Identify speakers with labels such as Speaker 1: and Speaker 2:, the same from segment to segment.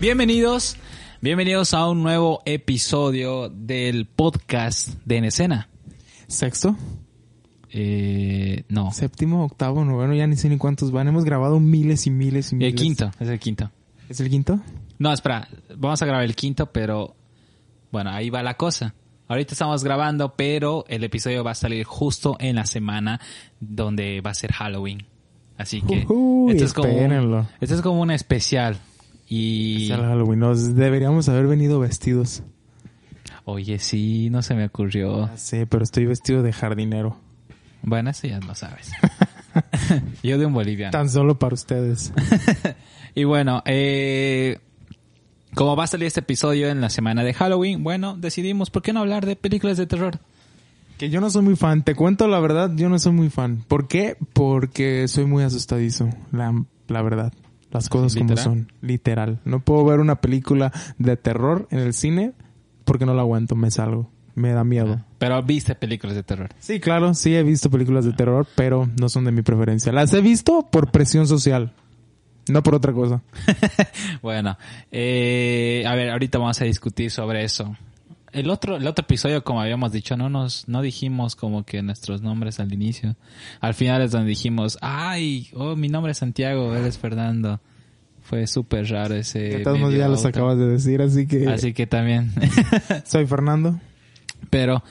Speaker 1: Bienvenidos, bienvenidos a un nuevo episodio del podcast de En Escena.
Speaker 2: Sexto,
Speaker 1: Eh, no,
Speaker 2: séptimo, octavo, noveno, ya ni sé ni cuántos van. Hemos grabado miles y miles y miles.
Speaker 1: el quinto, es el quinto.
Speaker 2: ¿Es el quinto?
Speaker 1: No, espera, vamos a grabar el quinto, pero bueno, ahí va la cosa. Ahorita estamos grabando, pero el episodio va a salir justo en la semana donde va a ser Halloween. Así que
Speaker 2: Ujú,
Speaker 1: esto, es como un,
Speaker 2: espérenlo.
Speaker 1: esto es como un especial. Y
Speaker 2: Es el Halloween. Nos deberíamos haber venido vestidos.
Speaker 1: oye, sí, no se me ocurrió.
Speaker 2: Ya sé, pero estoy vestido de jardinero.
Speaker 1: Bueno, eso ya no sabes. Yo de un boliviano.
Speaker 2: Tan solo para ustedes.
Speaker 1: Y bueno, eh, como va a salir este episodio en la semana de Halloween, bueno, decidimos, ¿por qué no hablar de películas de terror?
Speaker 2: que yo no soy muy fan. Te cuento la verdad, yo no soy muy fan. ¿Por qué? Porque soy muy asustadizo. La, la verdad. Las cosas como
Speaker 1: ¿Literal?
Speaker 2: son. Literal. No puedo ver una película de terror en el cine porque no la aguanto. Me salgo. Me da miedo.
Speaker 1: Pero viste películas de terror.
Speaker 2: Sí, claro, sí he visto películas de terror, pero no son de mi preferencia. Las he visto por presión social, no por otra cosa.
Speaker 1: Bueno, eh, a ver, ahorita vamos a discutir sobre eso. El otro, el otro episodio, como habíamos dicho, no nos, no dijimos como que nuestros nombres al inicio. Al final es donde dijimos, ay, oh, mi nombre es Santiago, eres Fernando. Fue súper raro ese.
Speaker 2: De todos modos
Speaker 1: medio
Speaker 2: ya los
Speaker 1: auto. Ah,
Speaker 2: acabas de decir, así que
Speaker 1: Así que también.
Speaker 2: soy Fernando.
Speaker 1: Ah, Pero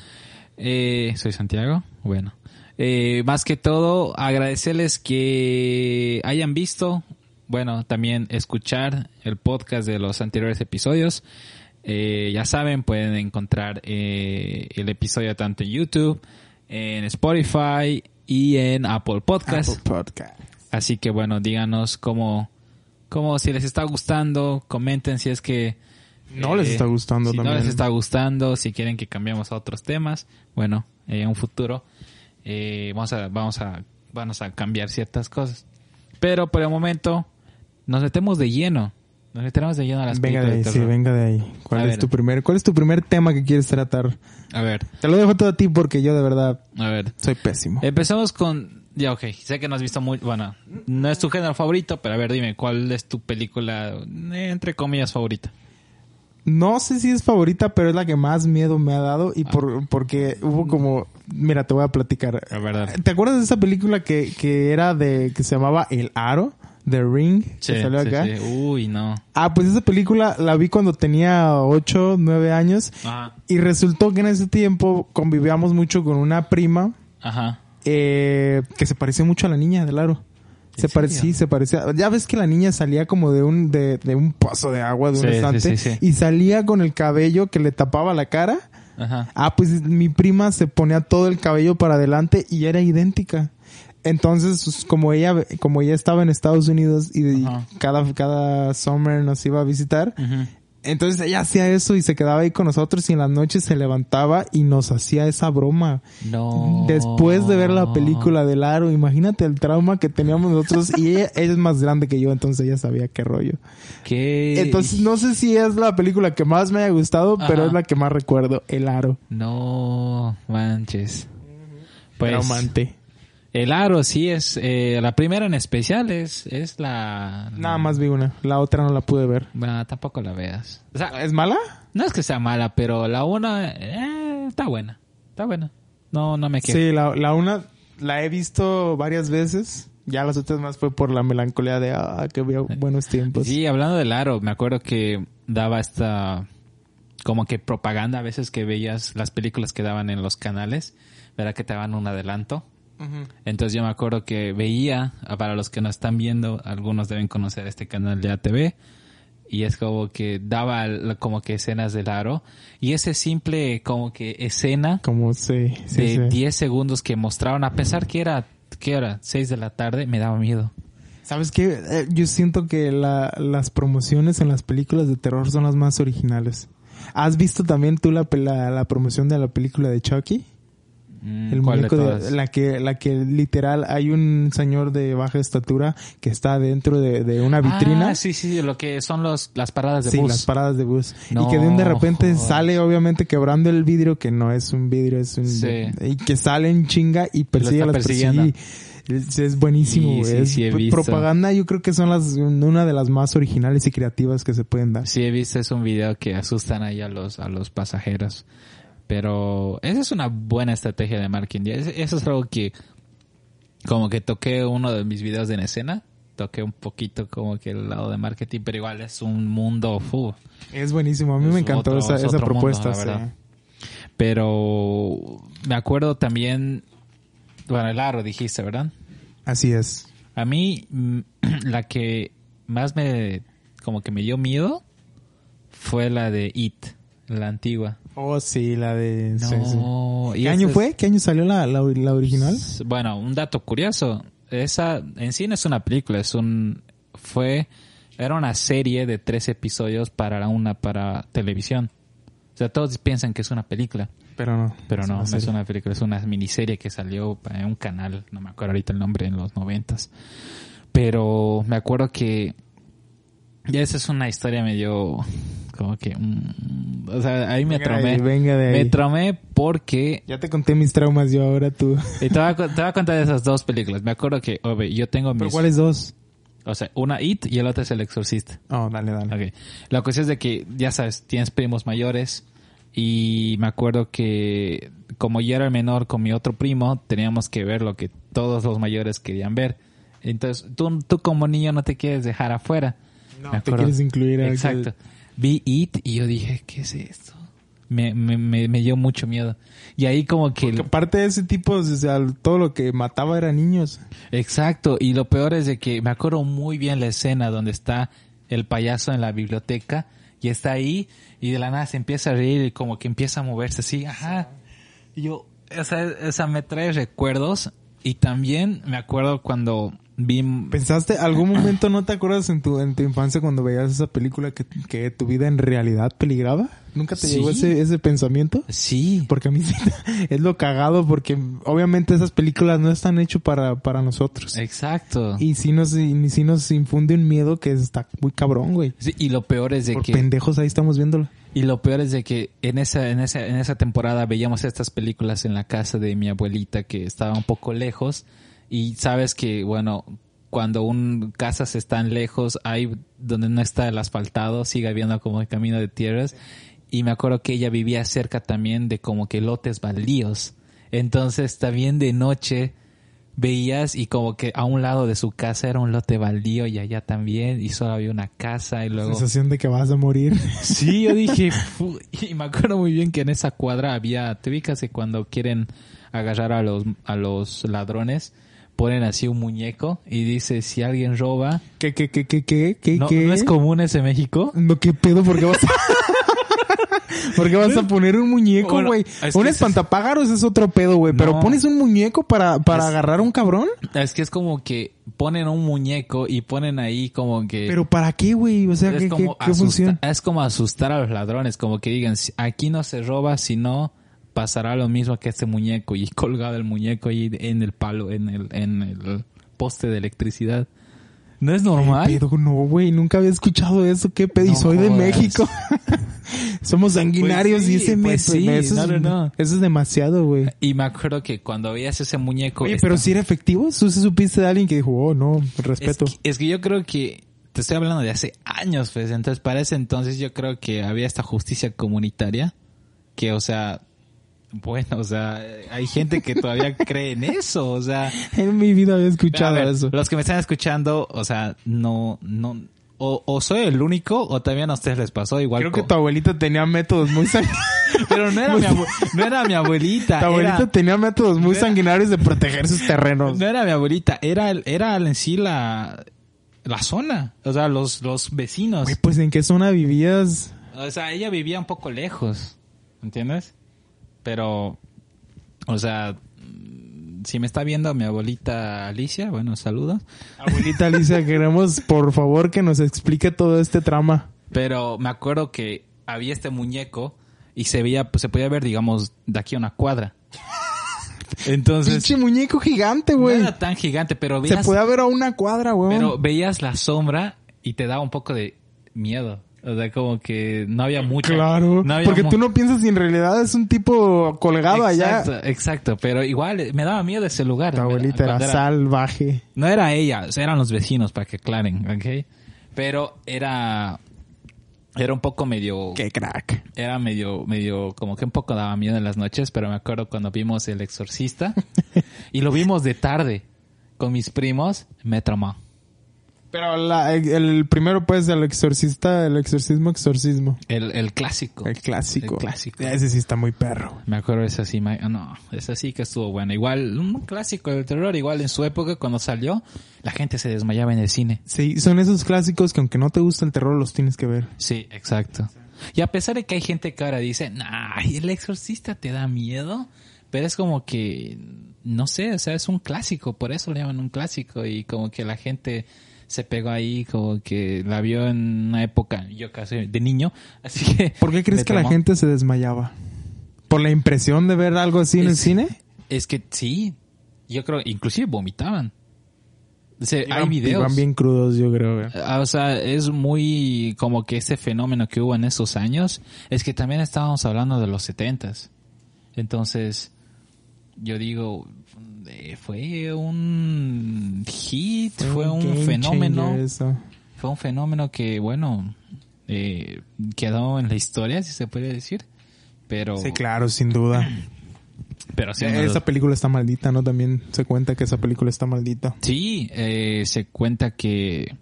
Speaker 1: eh, soy Santiago. Bueno, eh, más que todo agradecerles que hayan visto, bueno, también escuchar el podcast de los anteriores episodios. Eh, ya saben, pueden encontrar eh, el episodio tanto en YouTube, en Spotify y en Apple pues, Podcast.
Speaker 2: Apple Podcast.
Speaker 1: Así que bueno, díganos cómo, cómo si les está gustando, comenten si es que eh,
Speaker 2: No les está gustando
Speaker 1: si
Speaker 2: también.
Speaker 1: no les está gustando, si quieren que cambiemos a otros temas, bueno, eh, en un futuro eh, vamos a vamos a vamos a cambiar ciertas cosas. Pero por el momento nos metemos de lleno, nos metemos de lleno a las
Speaker 2: Venga Ah, de ahí,
Speaker 1: películas
Speaker 2: sí,
Speaker 1: terror.
Speaker 2: venga de ahí.
Speaker 1: A
Speaker 2: ¿Cuál es
Speaker 1: ver.
Speaker 2: tu primer, cuál es tu primer tema que quieres tratar?
Speaker 1: A ver,
Speaker 2: Te lo dejo todo a ti porque yo de verdad
Speaker 1: a ver.
Speaker 2: soy pésimo.
Speaker 1: Empezamos con ya ok, sé que no has visto muy, bueno, no es tu género favorito, pero a ver, dime cuál es tu película eh, entre comillas favorita.
Speaker 2: No sé si es favorita, pero es la que más miedo me ha dado
Speaker 1: Ah.
Speaker 2: y por, porque hubo como, mira, te voy a platicar.
Speaker 1: La verdad.
Speaker 2: ¿Te acuerdas de esa película que, que era de que se llamaba El Aro? The Ring, que salió acá.
Speaker 1: sí. Uy, no.
Speaker 2: Ah, pues esa película la vi cuando tenía 8, 9 años
Speaker 1: Ajá.
Speaker 2: y resultó que en ese tiempo convivíamos mucho con una prima
Speaker 1: Ajá.
Speaker 2: eh, que se parecía mucho a la niña del Aro.
Speaker 1: ¿En
Speaker 2: Se parecía,
Speaker 1: serio?
Speaker 2: se parecía. Ya ves que la niña salía como de un de, de un pozo de agua de un
Speaker 1: Sí, sí,
Speaker 2: estante
Speaker 1: sí, sí.
Speaker 2: y salía con el cabello que le tapaba la cara.
Speaker 1: Ajá.
Speaker 2: Ah, pues mi prima se ponía todo el cabello para adelante y era idéntica. Entonces, pues, como ella, como ella estaba en Estados Unidos y de-
Speaker 1: Ajá.
Speaker 2: cada, cada summer nos iba a visitar,
Speaker 1: Ujú.
Speaker 2: entonces ella hacía eso y se quedaba ahí con nosotros y en las noches se levantaba y nos hacía esa broma.
Speaker 1: No.
Speaker 2: Después de ver la película del aro, imagínate el trauma que teníamos nosotros y ella, ella es más grande que yo, entonces ella sabía qué rollo.
Speaker 1: ¿Qué?
Speaker 2: Entonces, no sé si es la película que más me haya gustado, pero
Speaker 1: Ajá.
Speaker 2: es la que más recuerdo, el aro.
Speaker 1: No manches. Pues
Speaker 2: Traumante.
Speaker 1: el aro sí es eh, la primera en especial es es la
Speaker 2: Nada más vi una. La otra no la pude ver.
Speaker 1: Bueno, tampoco la veas. O sea,
Speaker 2: ¿Es mala?
Speaker 1: no es que sea mala, pero la una eh, está buena. Está buena. No no me quejo.
Speaker 2: Sí, la, la una la he visto varias veces. Ya las otras más fue por la melancolía de, ah, qué bu- buenos tiempos.
Speaker 1: Sí, hablando del aro, me acuerdo que daba esta como que propaganda a veces que veías las películas que daban en los canales, ¿verdad? Que te daban un adelanto.
Speaker 2: Ujú.
Speaker 1: Entonces yo me acuerdo que veía, para los que no están viendo, algunos deben conocer este canal de ATV, y es como que daba la- como que escenas del aro y ese simple como que escena
Speaker 2: Como sí, sí,
Speaker 1: de
Speaker 2: sí.
Speaker 1: 10 segundos que mostraron a pesar que era que era 6 de la tarde me daba miedo.
Speaker 2: ¿Sabes qué? Eh, Yo siento que la- las promociones en las películas de terror son las más originales. ¿Has visto también tú la, pe- la, la promoción de la película de Chucky?
Speaker 1: Mm,
Speaker 2: El
Speaker 1: ¿cuál de
Speaker 2: muñeco de,
Speaker 1: todas?
Speaker 2: la que la que literal hay un señor de baja estatura que está dentro de, de una vitrina.
Speaker 1: Ah, sí, sí, lo que son los las paradas de
Speaker 2: Sí,
Speaker 1: bus.
Speaker 2: las paradas de bus.
Speaker 1: No,
Speaker 2: y que de, un de repente
Speaker 1: joder.
Speaker 2: sale, obviamente, quebrando el vidrio, que no es un vidrio, es un.
Speaker 1: Sí.
Speaker 2: Y que sale en chinga y persigue
Speaker 1: está
Speaker 2: a las
Speaker 1: persiguiendo.
Speaker 2: persigue. Es, es buenísimo,
Speaker 1: Sí,
Speaker 2: güey.
Speaker 1: sí,
Speaker 2: Es
Speaker 1: sí, he
Speaker 2: pro-
Speaker 1: visto.
Speaker 2: propaganda, yo creo que son las una de las más originales y creativas que se pueden dar.
Speaker 1: Sí, he visto es un video que asustan ahí a los a los pasajeros. Pero esa es una buena estrategia de marketing. Es- Eso es algo que como que toqué uno de mis videos de en escena, toqué un poquito como que el lado de marketing, pero igual es un mundo fu.
Speaker 2: Es buenísimo. A mí
Speaker 1: Es
Speaker 2: me encantó
Speaker 1: otro-
Speaker 2: esa,
Speaker 1: es
Speaker 2: esa
Speaker 1: otro mundo,
Speaker 2: propuesta.
Speaker 1: la
Speaker 2: sí.
Speaker 1: verdad. Pero me acuerdo también bueno, el aro dijiste, ¿verdad?
Speaker 2: Así es.
Speaker 1: A mí mm, la que más me como que me dio miedo fue la de It, la antigua.
Speaker 2: Oh, sí, la de. sí, sí.
Speaker 1: No, y
Speaker 2: ¿Qué año
Speaker 1: esa es- Pues,
Speaker 2: fue? ¿Qué año salió la, la, la original?
Speaker 1: Bueno, un dato curioso. Esa en sí no es una película, es un fue era una serie de tres episodios para una para televisión. O sea, todos piensan que es una película,
Speaker 2: Pero no.
Speaker 1: pero
Speaker 2: Es
Speaker 1: no,
Speaker 2: una
Speaker 1: no es
Speaker 2: serie.
Speaker 1: una película, es una miniserie que salió en un canal, no me acuerdo ahorita el nombre, en los noventas. Pero me acuerdo que ya esa es una historia medio como que mm, o sea, ahí me
Speaker 2: Venga de ahí,
Speaker 1: tromé.
Speaker 2: venga de ahí.
Speaker 1: Me tromé porque
Speaker 2: Ya te conté mis traumas yo ahora tú.
Speaker 1: y te voy, a, cu- te voy a contar de esas dos películas. Me acuerdo que, obvio, yo tengo
Speaker 2: ¿Pero
Speaker 1: mis...
Speaker 2: cuáles dos?
Speaker 1: O sea, una It y el otro es El Exorcista.
Speaker 2: Oh, dale, dale.
Speaker 1: Ok. La cuestión es de que, ya sabes, tienes primos mayores y me acuerdo que como yo era el menor con mi otro primo, teníamos que ver lo que todos los mayores querían ver. Entonces, tú, tú como niño no te quieres dejar afuera.
Speaker 2: No,
Speaker 1: Me
Speaker 2: te
Speaker 1: acuerdo.
Speaker 2: quieres incluir a
Speaker 1: Exacto. Vi It y yo dije, ¿qué es esto? Me, me, me, me dio mucho miedo. Y ahí como que...
Speaker 2: Que aparte de ese tipo, o sea, todo lo que mataba eran niños.
Speaker 1: Exacto, y lo peor es de que me acuerdo muy bien la escena donde está el payaso en la biblioteca y está ahí y de la nada se empieza a reír y como que empieza a moverse así, ajá. Y yo, esa, esa me trae recuerdos y también me acuerdo cuando vi...
Speaker 2: ¿Pensaste, algún momento no te acuerdas en tu, en tu infancia cuando veías esa película que, que tu vida en realidad peligraba? ¿Nunca te
Speaker 1: Sí.
Speaker 2: llegó ese, ese pensamiento?
Speaker 1: Sí,
Speaker 2: Porque a mí sí es lo cagado porque obviamente esas películas no están hechas para, para nosotros.
Speaker 1: exacto.
Speaker 2: Y sí nos, y sí nos infunde un miedo que está muy cabrón, güey.
Speaker 1: Sí, y lo peor es de
Speaker 2: Por
Speaker 1: que...
Speaker 2: pendejos ahí estamos viéndolo.
Speaker 1: Y lo peor es de que en esa, en esa, en esa temporada veíamos estas películas en la casa de mi abuelita que estaba un poco lejos. Y sabes que, bueno, cuando un casas están lejos, hay donde no está el asfaltado, sigue habiendo como el camino de tierras. Y me acuerdo que ella vivía cerca también de como que lotes baldíos. Entonces también de noche veías y como que a un lado de su casa era un lote baldío y allá también y solo había una casa y luego
Speaker 2: Sensación de que vas a morir.
Speaker 1: Sí, yo dije, "Fu-". y me acuerdo muy bien que en esa cuadra había, te ubicas que cuando quieren agarrar a los, a los ladrones, ponen así un muñeco y dice, si alguien roba,
Speaker 2: ¿Qué, qué, qué, qué, qué, qué,
Speaker 1: no,
Speaker 2: qué?
Speaker 1: ¿no es común ese México.
Speaker 2: No, qué pedo, ¿por qué vas a... ¿Por qué vas a poner un muñeco,
Speaker 1: Bueno,
Speaker 2: güey?
Speaker 1: es que
Speaker 2: un
Speaker 1: ese es-
Speaker 2: espantapájaros es otro pedo, güey.
Speaker 1: No.
Speaker 2: Pero pones un muñeco para, para
Speaker 1: Es-
Speaker 2: agarrar a un cabrón.
Speaker 1: Es que es como que ponen un muñeco y ponen ahí como que...
Speaker 2: ¿Pero para qué, güey? O sea,
Speaker 1: es,
Speaker 2: ¿qué, qué,
Speaker 1: como
Speaker 2: qué
Speaker 1: asusta-
Speaker 2: función?
Speaker 1: es como asustar a los ladrones, como que digan, "Si- aquí no se roba, si no pasará lo mismo que este muñeco y colgado el muñeco ahí en el palo, en el, en el poste de electricidad. No es normal.
Speaker 2: Pedo, no, güey. Nunca había escuchado eso. ¿Qué pedo? y
Speaker 1: No
Speaker 2: soy de
Speaker 1: jodas. Pues
Speaker 2: México. Somos sanguinarios
Speaker 1: sí,
Speaker 2: y
Speaker 1: pues
Speaker 2: ese mes,
Speaker 1: sí,
Speaker 2: eso,
Speaker 1: no, no,
Speaker 2: es,
Speaker 1: no.
Speaker 2: eso es demasiado, güey.
Speaker 1: Y me acuerdo que cuando veías ese muñeco...
Speaker 2: Oye,
Speaker 1: estaba-
Speaker 2: pero si era efectivo, tú sí supiste de alguien que dijo, oh, no,
Speaker 1: es
Speaker 2: respeto.
Speaker 1: que, es que yo creo que... Te estoy hablando de hace años, pues. Entonces, para ese entonces yo creo que había esta justicia comunitaria. Que, o sea... Bueno, o sea, hay gente que todavía cree en eso, o sea...
Speaker 2: En mi vida había
Speaker 1: A
Speaker 2: escuchado
Speaker 1: ver,
Speaker 2: eso.
Speaker 1: Los que me están escuchando, o sea, no, no, o, o soy el único, o también a ustedes les pasó igual.
Speaker 2: Creo que
Speaker 1: co-
Speaker 2: tu abuelita tenía métodos muy sanguinarios.
Speaker 1: Pero no era, mi abue- no era mi abuelita.
Speaker 2: Tu abuelita
Speaker 1: era-
Speaker 2: tenía métodos muy sanguinarios de proteger sus terrenos.
Speaker 1: no era mi abuelita, era, el- era en sí la, la zona, o sea, los, los vecinos.
Speaker 2: Güey, pues ¿en qué zona vivías?
Speaker 1: O sea, ella vivía un poco lejos, ¿entiendes? Pero, o sea, mm, si me está viendo mi abuelita Alicia, bueno, saludos.
Speaker 2: Abuelita Alicia, queremos por favor que nos explique todo este trama.
Speaker 1: Pero me acuerdo que había este muñeco y se veía, pues, se podía ver, digamos, de aquí a una cuadra. Entonces,
Speaker 2: Pinche muñeco gigante,
Speaker 1: no
Speaker 2: güey.
Speaker 1: era tan gigante, pero
Speaker 2: Se
Speaker 1: veías,
Speaker 2: puede ver a una cuadra, güey.
Speaker 1: pero veías la sombra y te daba un poco de miedo. O sea, como que no había mucho.
Speaker 2: Claro. porque tú no piensas si en realidad es un tipo colgado
Speaker 1: exacto,
Speaker 2: allá.
Speaker 1: Exacto, pero igual eh, me daba miedo ese lugar.
Speaker 2: Tu abuelita era
Speaker 1: Cuando
Speaker 2: salvaje.
Speaker 1: No era ella, o sea, eran los vecinos para que aclaren, ¿ok? Pero era era un poco medio
Speaker 2: Qué crack.
Speaker 1: era medio medio como que un poco daba miedo en las noches, pero me acuerdo cuando vimos El exorcista y lo vimos de tarde con mis primos, me traumó.
Speaker 2: Pero la- el primero, pues, el exorcista, el exorcismo, exorcismo.
Speaker 1: El, el clásico.
Speaker 2: El clásico.
Speaker 1: El clásico.
Speaker 2: Ese sí está muy perro.
Speaker 1: Me acuerdo esa sí, ma- ah, no, esa sí que estuvo buena. Igual un clásico del terror, igual en su época cuando salió, la gente se desmayaba en el cine.
Speaker 2: Sí, son esos clásicos que aunque no te gusta el terror, los tienes que ver.
Speaker 1: Sí, exacto. Y a pesar de que hay gente que ahora dice, nah, el exorcista te da miedo, pero es como que, no sé, o sea, es un clásico, por eso le llaman un clásico y como que la gente se pegó ahí, como que la vio en una época, yo casi de niño, así que...
Speaker 2: ¿Por qué crees
Speaker 1: le
Speaker 2: que la
Speaker 1: traumó.
Speaker 2: gente se desmayaba? ¿Por la impresión de ver algo así en el
Speaker 1: Es-
Speaker 2: cine?
Speaker 1: Es que sí, yo creo, inclusive vomitaban. O sea, hay
Speaker 2: Iban-
Speaker 1: videos.
Speaker 2: Iban bien crudos, yo creo. güey.
Speaker 1: Ah, O sea, es muy como que este fenómeno que hubo en esos años es que también estábamos hablando de los setentas. Entonces, yo digo, eh, fue un hit, Este fue, un,
Speaker 2: game
Speaker 1: fenómeno,
Speaker 2: changer eso.
Speaker 1: fue un fenómeno que, bueno, eh, quedó en la historia, si se puede decir. Pero,
Speaker 2: Sí, claro, sin duda.
Speaker 1: pero sí, no-
Speaker 2: Eh, esa película está maldita, ¿no? También se cuenta que esa película está maldita.
Speaker 1: Sí, eh, se cuenta que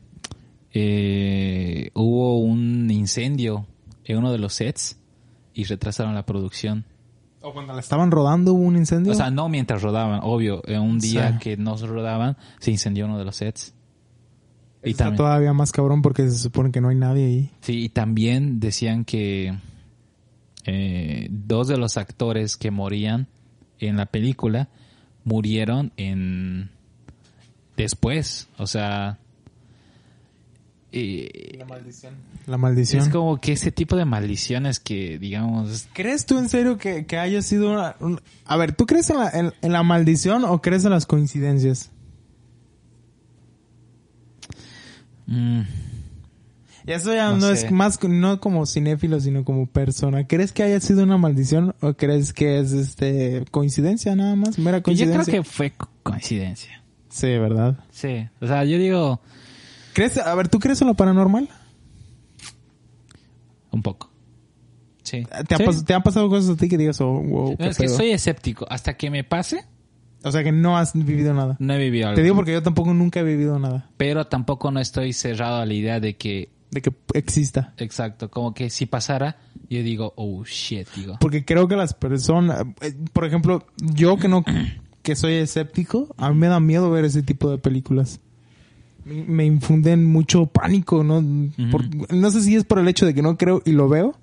Speaker 1: eh, hubo un incendio en uno de los sets y retrasaron la producción.
Speaker 2: O cuando la estaban rodando hubo un incendio.
Speaker 1: O sea, no mientras rodaban, obvio. En un día
Speaker 2: Sí.
Speaker 1: que no se rodaban, se incendió uno de los sets. Y
Speaker 2: está
Speaker 1: también,
Speaker 2: todavía más cabrón porque se supone que no hay nadie ahí.
Speaker 1: sí, y también decían que eh, dos de los actores que morían en la película murieron en después. O sea, eh,
Speaker 2: La maldición. La maldición.
Speaker 1: Es como que ese tipo de maldiciones que, digamos,
Speaker 2: ¿Crees tú en serio que, que haya sido una, un- A ver, ¿tú crees en la, en- en la maldición o crees en las coincidencias?
Speaker 1: mm,
Speaker 2: Y eso ya no,
Speaker 1: No
Speaker 2: es
Speaker 1: sé.
Speaker 2: más no como cinéfilo, sino como persona. ¿Crees que haya sido una maldición o crees que es este coincidencia nada más? Mera
Speaker 1: yo
Speaker 2: coincidencia.
Speaker 1: creo que fue co- coincidencia.
Speaker 2: sí, ¿verdad?
Speaker 1: Sí, o sea, yo digo
Speaker 2: ¿Crees, a ver, ¿tú crees en lo paranormal?
Speaker 1: un poco. Sí.
Speaker 2: ¿Te, ha
Speaker 1: Sí.
Speaker 2: pas- te han pasado cosas a ti que digas, oh, wow, qué
Speaker 1: No, es que
Speaker 2: pedo?
Speaker 1: soy escéptico. Hasta que me pase,
Speaker 2: O sea, que no has vivido nada.
Speaker 1: no he vivido algo.
Speaker 2: Te digo porque yo tampoco nunca he vivido nada
Speaker 1: Pero tampoco no estoy cerrado a la idea de que,
Speaker 2: de que exista.
Speaker 1: exacto, como que si pasara, yo digo, oh shit, digo.
Speaker 2: Porque creo que las personas, eh, por ejemplo, yo que no, que soy escéptico, a mí me da miedo ver ese tipo de películas. Me- Me infunden mucho pánico, ¿no? Por- no sé si es por el hecho de que no creo y lo veo,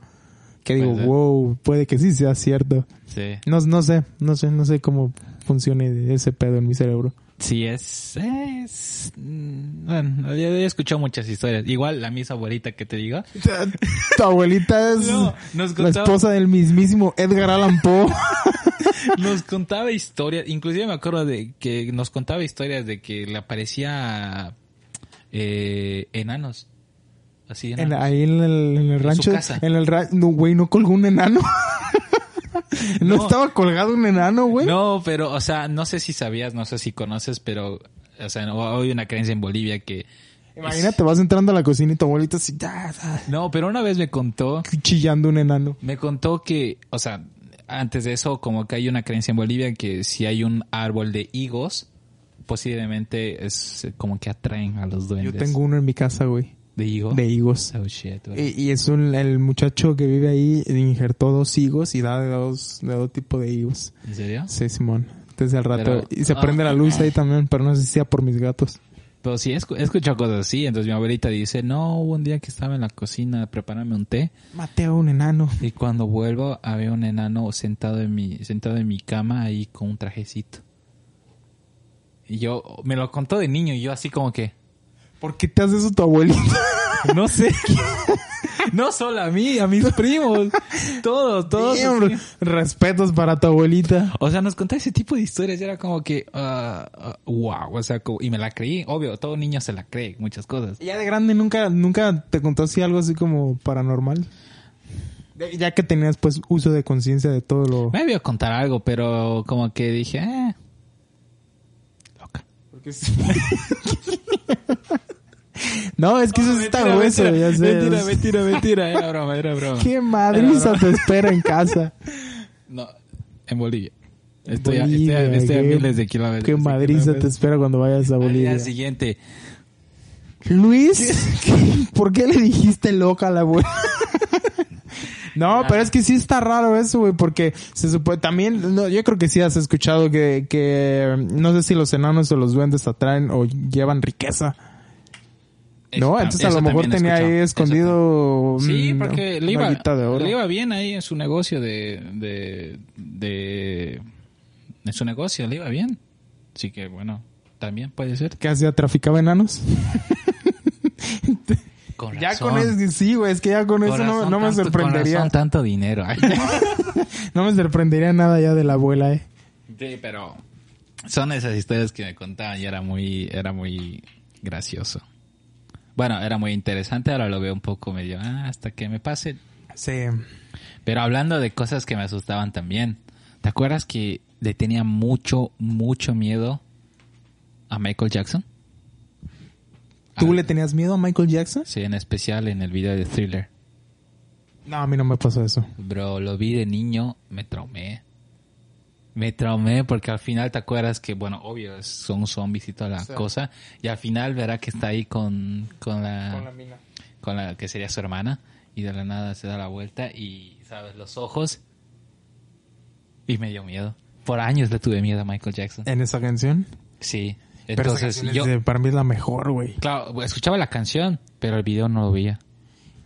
Speaker 2: que digo,
Speaker 1: Puede ser.
Speaker 2: wow, puede que sí sea cierto.
Speaker 1: Sí.
Speaker 2: No, no sé, no sé, no sé cómo funcione ese pedo en mi cerebro.
Speaker 1: Sí, es. es mm, bueno, yo yo he escuchado muchas historias. Igual la misma abuelita que te digo.
Speaker 2: Tu abuelita es
Speaker 1: No, nos
Speaker 2: la
Speaker 1: contaba-
Speaker 2: esposa del mismísimo Edgar Allan Poe.
Speaker 1: Nos contaba historias, inclusive me acuerdo de que nos contaba historias de que le aparecía eh, enanos. Así,
Speaker 2: En-
Speaker 1: enanos.
Speaker 2: ahí en el, en el
Speaker 1: su
Speaker 2: rancho.
Speaker 1: casa.
Speaker 2: En el rancho. No, güey, no colgó un enano. no,
Speaker 1: No.
Speaker 2: estaba colgado un enano, güey.
Speaker 1: No, pero, o sea, no sé si sabías, no sé si conoces, pero, o sea, no, hay una creencia en Bolivia que...
Speaker 2: Imagínate, vas entrando a la cocina y tu abuelita así, da, da,
Speaker 1: No, pero una vez me contó,
Speaker 2: chillando un enano.
Speaker 1: me contó que, o sea, antes de eso, como que hay una creencia en Bolivia que si hay un árbol de higos, posiblemente es eh, como que atraen a los
Speaker 2: Yo
Speaker 1: duendes.
Speaker 2: tengo uno en mi casa, güey,
Speaker 1: ¿De higo?
Speaker 2: de higos. Eh.
Speaker 1: Oh, shit, güey.
Speaker 2: Y, y es un, el muchacho que vive ahí injertó dos higos y da de dos, de dos tipos de higos.
Speaker 1: ¿En serio?
Speaker 2: Sí, Simón. Entonces al rato.
Speaker 1: Pero-
Speaker 2: y se
Speaker 1: ah.
Speaker 2: prende la luz ahí también, pero no sé si sea por mis gatos.
Speaker 1: Pero sí, he escu- he escuchado cosas así. Entonces mi abuelita dice, no, hubo un día que estaba en la cocina preparándome un té
Speaker 2: Maté a un enano.
Speaker 1: y cuando vuelvo había un enano sentado en mi, sentado en mi cama ahí con un trajecito. Y yo, me lo contó de niño y yo así como que,
Speaker 2: ¿Por qué te hace eso tu abuelita?
Speaker 1: no sé. no solo a mí, a mis primos. Todos, todos.
Speaker 2: Damn, bro.
Speaker 1: así.
Speaker 2: Respetos para tu abuelita.
Speaker 1: O sea, nos contaba ese tipo de historias y era como que, ah, ah, wow, o sea, como- y me la creí, obvio, todo niño se la cree, muchas cosas.
Speaker 2: Ya de grande nunca, nunca te contó así algo así como paranormal. De- Ya que tenías pues uso de conciencia de todo lo.
Speaker 1: Me vio contar algo, pero como que dije, eh, loca.
Speaker 2: Porque sí. no, es que eso está grueso,
Speaker 1: mentira,
Speaker 2: ya sé.
Speaker 1: Mentira, mentira, mentira, era broma, era broma.
Speaker 2: Qué
Speaker 1: Era
Speaker 2: madriza
Speaker 1: broma.
Speaker 2: te espera en casa.
Speaker 1: No, en Bolivia. Estoy, a-
Speaker 2: Bolivia,
Speaker 1: estoy a, estoy a
Speaker 2: qué-
Speaker 1: miles de kilómetros.
Speaker 2: Qué
Speaker 1: de
Speaker 2: madriza te
Speaker 1: kilómetros.
Speaker 2: espera cuando vayas a
Speaker 1: Al
Speaker 2: Bolivia.
Speaker 1: día siguiente.
Speaker 2: Luis, ¿por qué le dijiste loca a la abuela? No, pero es que sí está raro eso, güey, porque se supone también, no, yo creo que sí has escuchado que, que no sé si los enanos o los duendes atraen o llevan riqueza,
Speaker 1: Eso
Speaker 2: ¿no?
Speaker 1: tam-
Speaker 2: Entonces a
Speaker 1: eso
Speaker 2: lo mejor
Speaker 1: también he
Speaker 2: tenía ahí
Speaker 1: escuchado. Eso
Speaker 2: escondido
Speaker 1: Sí,
Speaker 2: un-
Speaker 1: porque
Speaker 2: una
Speaker 1: le iba,
Speaker 2: guita de oro.
Speaker 1: le iba bien ahí en su negocio de, de, de... En su negocio le iba bien. Así que, bueno, también puede ser.
Speaker 2: ¿Qué hacía? ¿Traficaba enanos?
Speaker 1: Con
Speaker 2: Ya
Speaker 1: razón.
Speaker 2: con eso, sí, güey, es que ya con,
Speaker 1: Con
Speaker 2: eso no,
Speaker 1: razón
Speaker 2: no me
Speaker 1: tanto- Con
Speaker 2: sorprendería.
Speaker 1: razón tanto dinero.
Speaker 2: No me sorprendería nada ya de la abuela, eh.
Speaker 1: sí, pero son esas historias que me contaban y era muy, era muy gracioso. Bueno, era muy interesante, ahora lo veo un poco medio ah, hasta que me pase
Speaker 2: Sí.
Speaker 1: Pero hablando de cosas que me asustaban también, ¿te acuerdas que le tenía mucho, mucho miedo a Michael Jackson?
Speaker 2: ¿Tú
Speaker 1: Ah.
Speaker 2: le tenías miedo a Michael Jackson?
Speaker 1: Sí, en especial en el video de Thriller.
Speaker 2: No, a mí no me pasó eso.
Speaker 1: Bro, lo vi de niño, me traumé. Me traumé porque al final te acuerdas que, bueno, obvio, son zombies y toda la
Speaker 2: Sí.
Speaker 1: cosa. Y al final verá que está ahí con, con la...
Speaker 2: mina.
Speaker 1: con la que sería su hermana y de la nada se da la vuelta y sabes los ojos y me dio miedo. Por años le tuve miedo a Michael Jackson.
Speaker 2: en esa canción.
Speaker 1: Sí.
Speaker 2: Eh, Pero esa
Speaker 1: Entonces
Speaker 2: canción es
Speaker 1: yo
Speaker 2: de- para mí es la mejor, güey.
Speaker 1: claro, escuchaba la canción, pero el video no lo veía.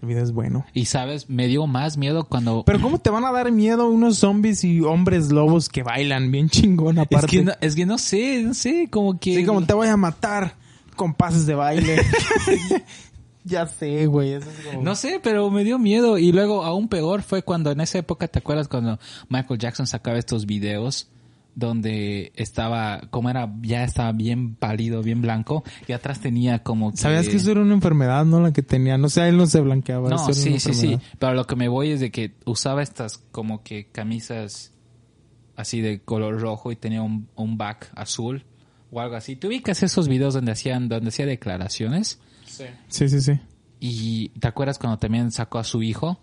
Speaker 2: El video es bueno.
Speaker 1: Y sabes, me dio más miedo cuando
Speaker 2: Pero ¿cómo te van a dar miedo unos zombies y hombres lobos que bailan bien chingón
Speaker 1: es
Speaker 2: aparte?
Speaker 1: que no, es que no sé, no sé, como que
Speaker 2: Sí, como te voy a matar con pases de baile. ya sé, güey. Eso es como...
Speaker 1: No sé, pero me dio miedo. Y luego, aún peor, fue cuando en esa época, ¿te acuerdas cuando Michael Jackson sacaba estos videos? Donde estaba, como era, ya estaba bien pálido, bien blanco, y atrás tenía como. que-
Speaker 2: Sabías que eso era una enfermedad, ¿no? La que tenía. No sé, él no se blanqueaba. eso
Speaker 1: No,
Speaker 2: era
Speaker 1: sí,
Speaker 2: una
Speaker 1: sí, sí.
Speaker 2: enfermedad.
Speaker 1: Pero lo que me voy es de que usaba estas como que camisas así de color rojo y tenía un, un back azul o algo así. ¿Tú ubicas esos videos donde hacían, donde hacía declaraciones?
Speaker 2: Sí, sí, sí.
Speaker 1: Y ¿te acuerdas cuando también sacó a su hijo?